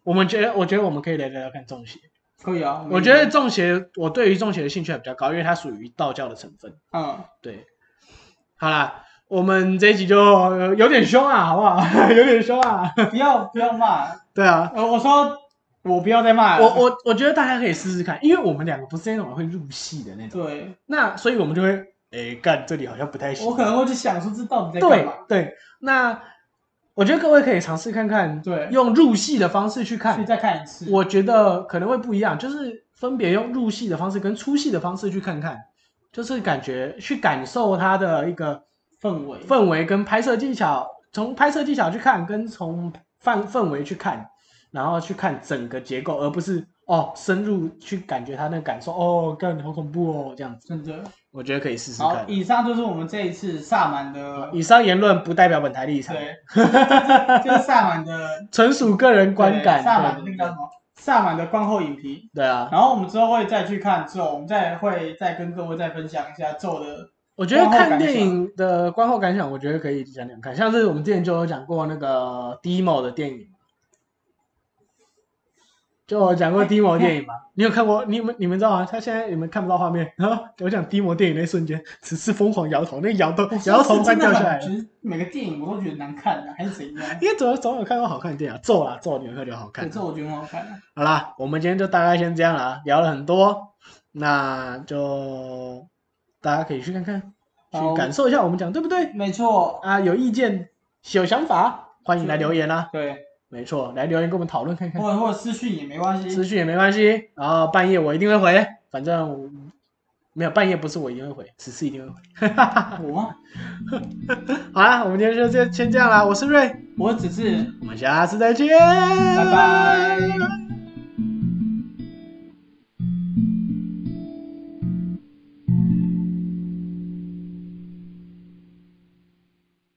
Speaker 2: 我们觉得我觉得我们可以来聊聊看中邪。
Speaker 1: 可以啊，
Speaker 2: 我觉得中邪，我对于中邪的兴趣还比较高，因为它属于道教的成分。
Speaker 1: 嗯，
Speaker 2: 对，好啦，我们这一集就呃有点凶啊，好不好？ (laughs) 有点凶啊，
Speaker 1: 不要不要骂，
Speaker 2: 对啊。
Speaker 1: 呃我说我不要再骂了，
Speaker 2: 我我我觉得大家可以试试看，因为我们两个不是那种会入戏的那种，
Speaker 1: 对。
Speaker 2: 那所以我们就会，诶，干这里好像不太行，
Speaker 1: 我可能会去想说这到底在干
Speaker 2: 对
Speaker 1: 嘛，
Speaker 2: 对，那我觉得各位可以尝试看看，
Speaker 1: 对
Speaker 2: 用入戏的方式去
Speaker 1: 去
Speaker 2: 看，
Speaker 1: 再看一次。
Speaker 2: 我觉得可能会不一样，就是分别用入戏的方式跟出戏的方式去看看，就是感觉去感受它的一个
Speaker 1: 氛围，
Speaker 2: 氛围跟拍摄技巧，从拍摄技巧去看，跟从范氛围去看，然后去看整个结构，而不是哦深入去感觉它那个感受，哦，干好恐怖哦这样子，
Speaker 1: 真的。
Speaker 2: 我觉得可以试试
Speaker 1: 好，
Speaker 2: 看。
Speaker 1: 以上就是我们这一次萨满的，
Speaker 2: 以上言论不代表本台立场。 (laughs)
Speaker 1: 对，就是萨满的
Speaker 2: 纯属个人观感。
Speaker 1: 对萨满的那
Speaker 2: 对
Speaker 1: 个叫什么？萨满的观后影评。
Speaker 2: 对啊，
Speaker 1: 然后我们之后会再去看咒，我们再会再跟各位再分享一下咒的。
Speaker 2: 我觉得看电影的观后感想，我觉得可以讲讲看。像是我们之前就有讲过那个 Demo 的电影，就有讲过 Demo 电影嘛？你有看过？你们你们知道吗？他现在你们看不到画面， (laughs) 然后我讲 Demo 电影那一瞬间，只是疯狂摇头，那摇
Speaker 1: 哦
Speaker 2: 头摇头快
Speaker 1: 真的
Speaker 2: 掉下
Speaker 1: 很，
Speaker 2: 来了。
Speaker 1: 其实每个电影我都觉得难看的、啊还是怎样？
Speaker 2: 因为总总有看过好看的电影、啊，咒啦咒，你有看就好看
Speaker 1: 对，。这我觉得很好看、啊。
Speaker 2: 好啦，我们今天就大概先这样啦，聊了很多，那就大家可以去看看，
Speaker 1: 好
Speaker 2: 去感受一下我们讲对不对
Speaker 1: 没错，
Speaker 2: 啊？有意见、有想法，欢迎来留言啦。
Speaker 1: 对，
Speaker 2: 没错，来留言跟我们讨论看看，
Speaker 1: 或者或者私讯也没关系
Speaker 2: 私。讯也没关系，然后半夜我一定会回，反正我没有半夜不是我一定会回，只是一定会回。 (laughs)
Speaker 1: 我吗？
Speaker 2: 好啦，我们今天就先先这样啦，我是瑞，
Speaker 1: 我只是
Speaker 2: 我们下次再见，
Speaker 1: 拜拜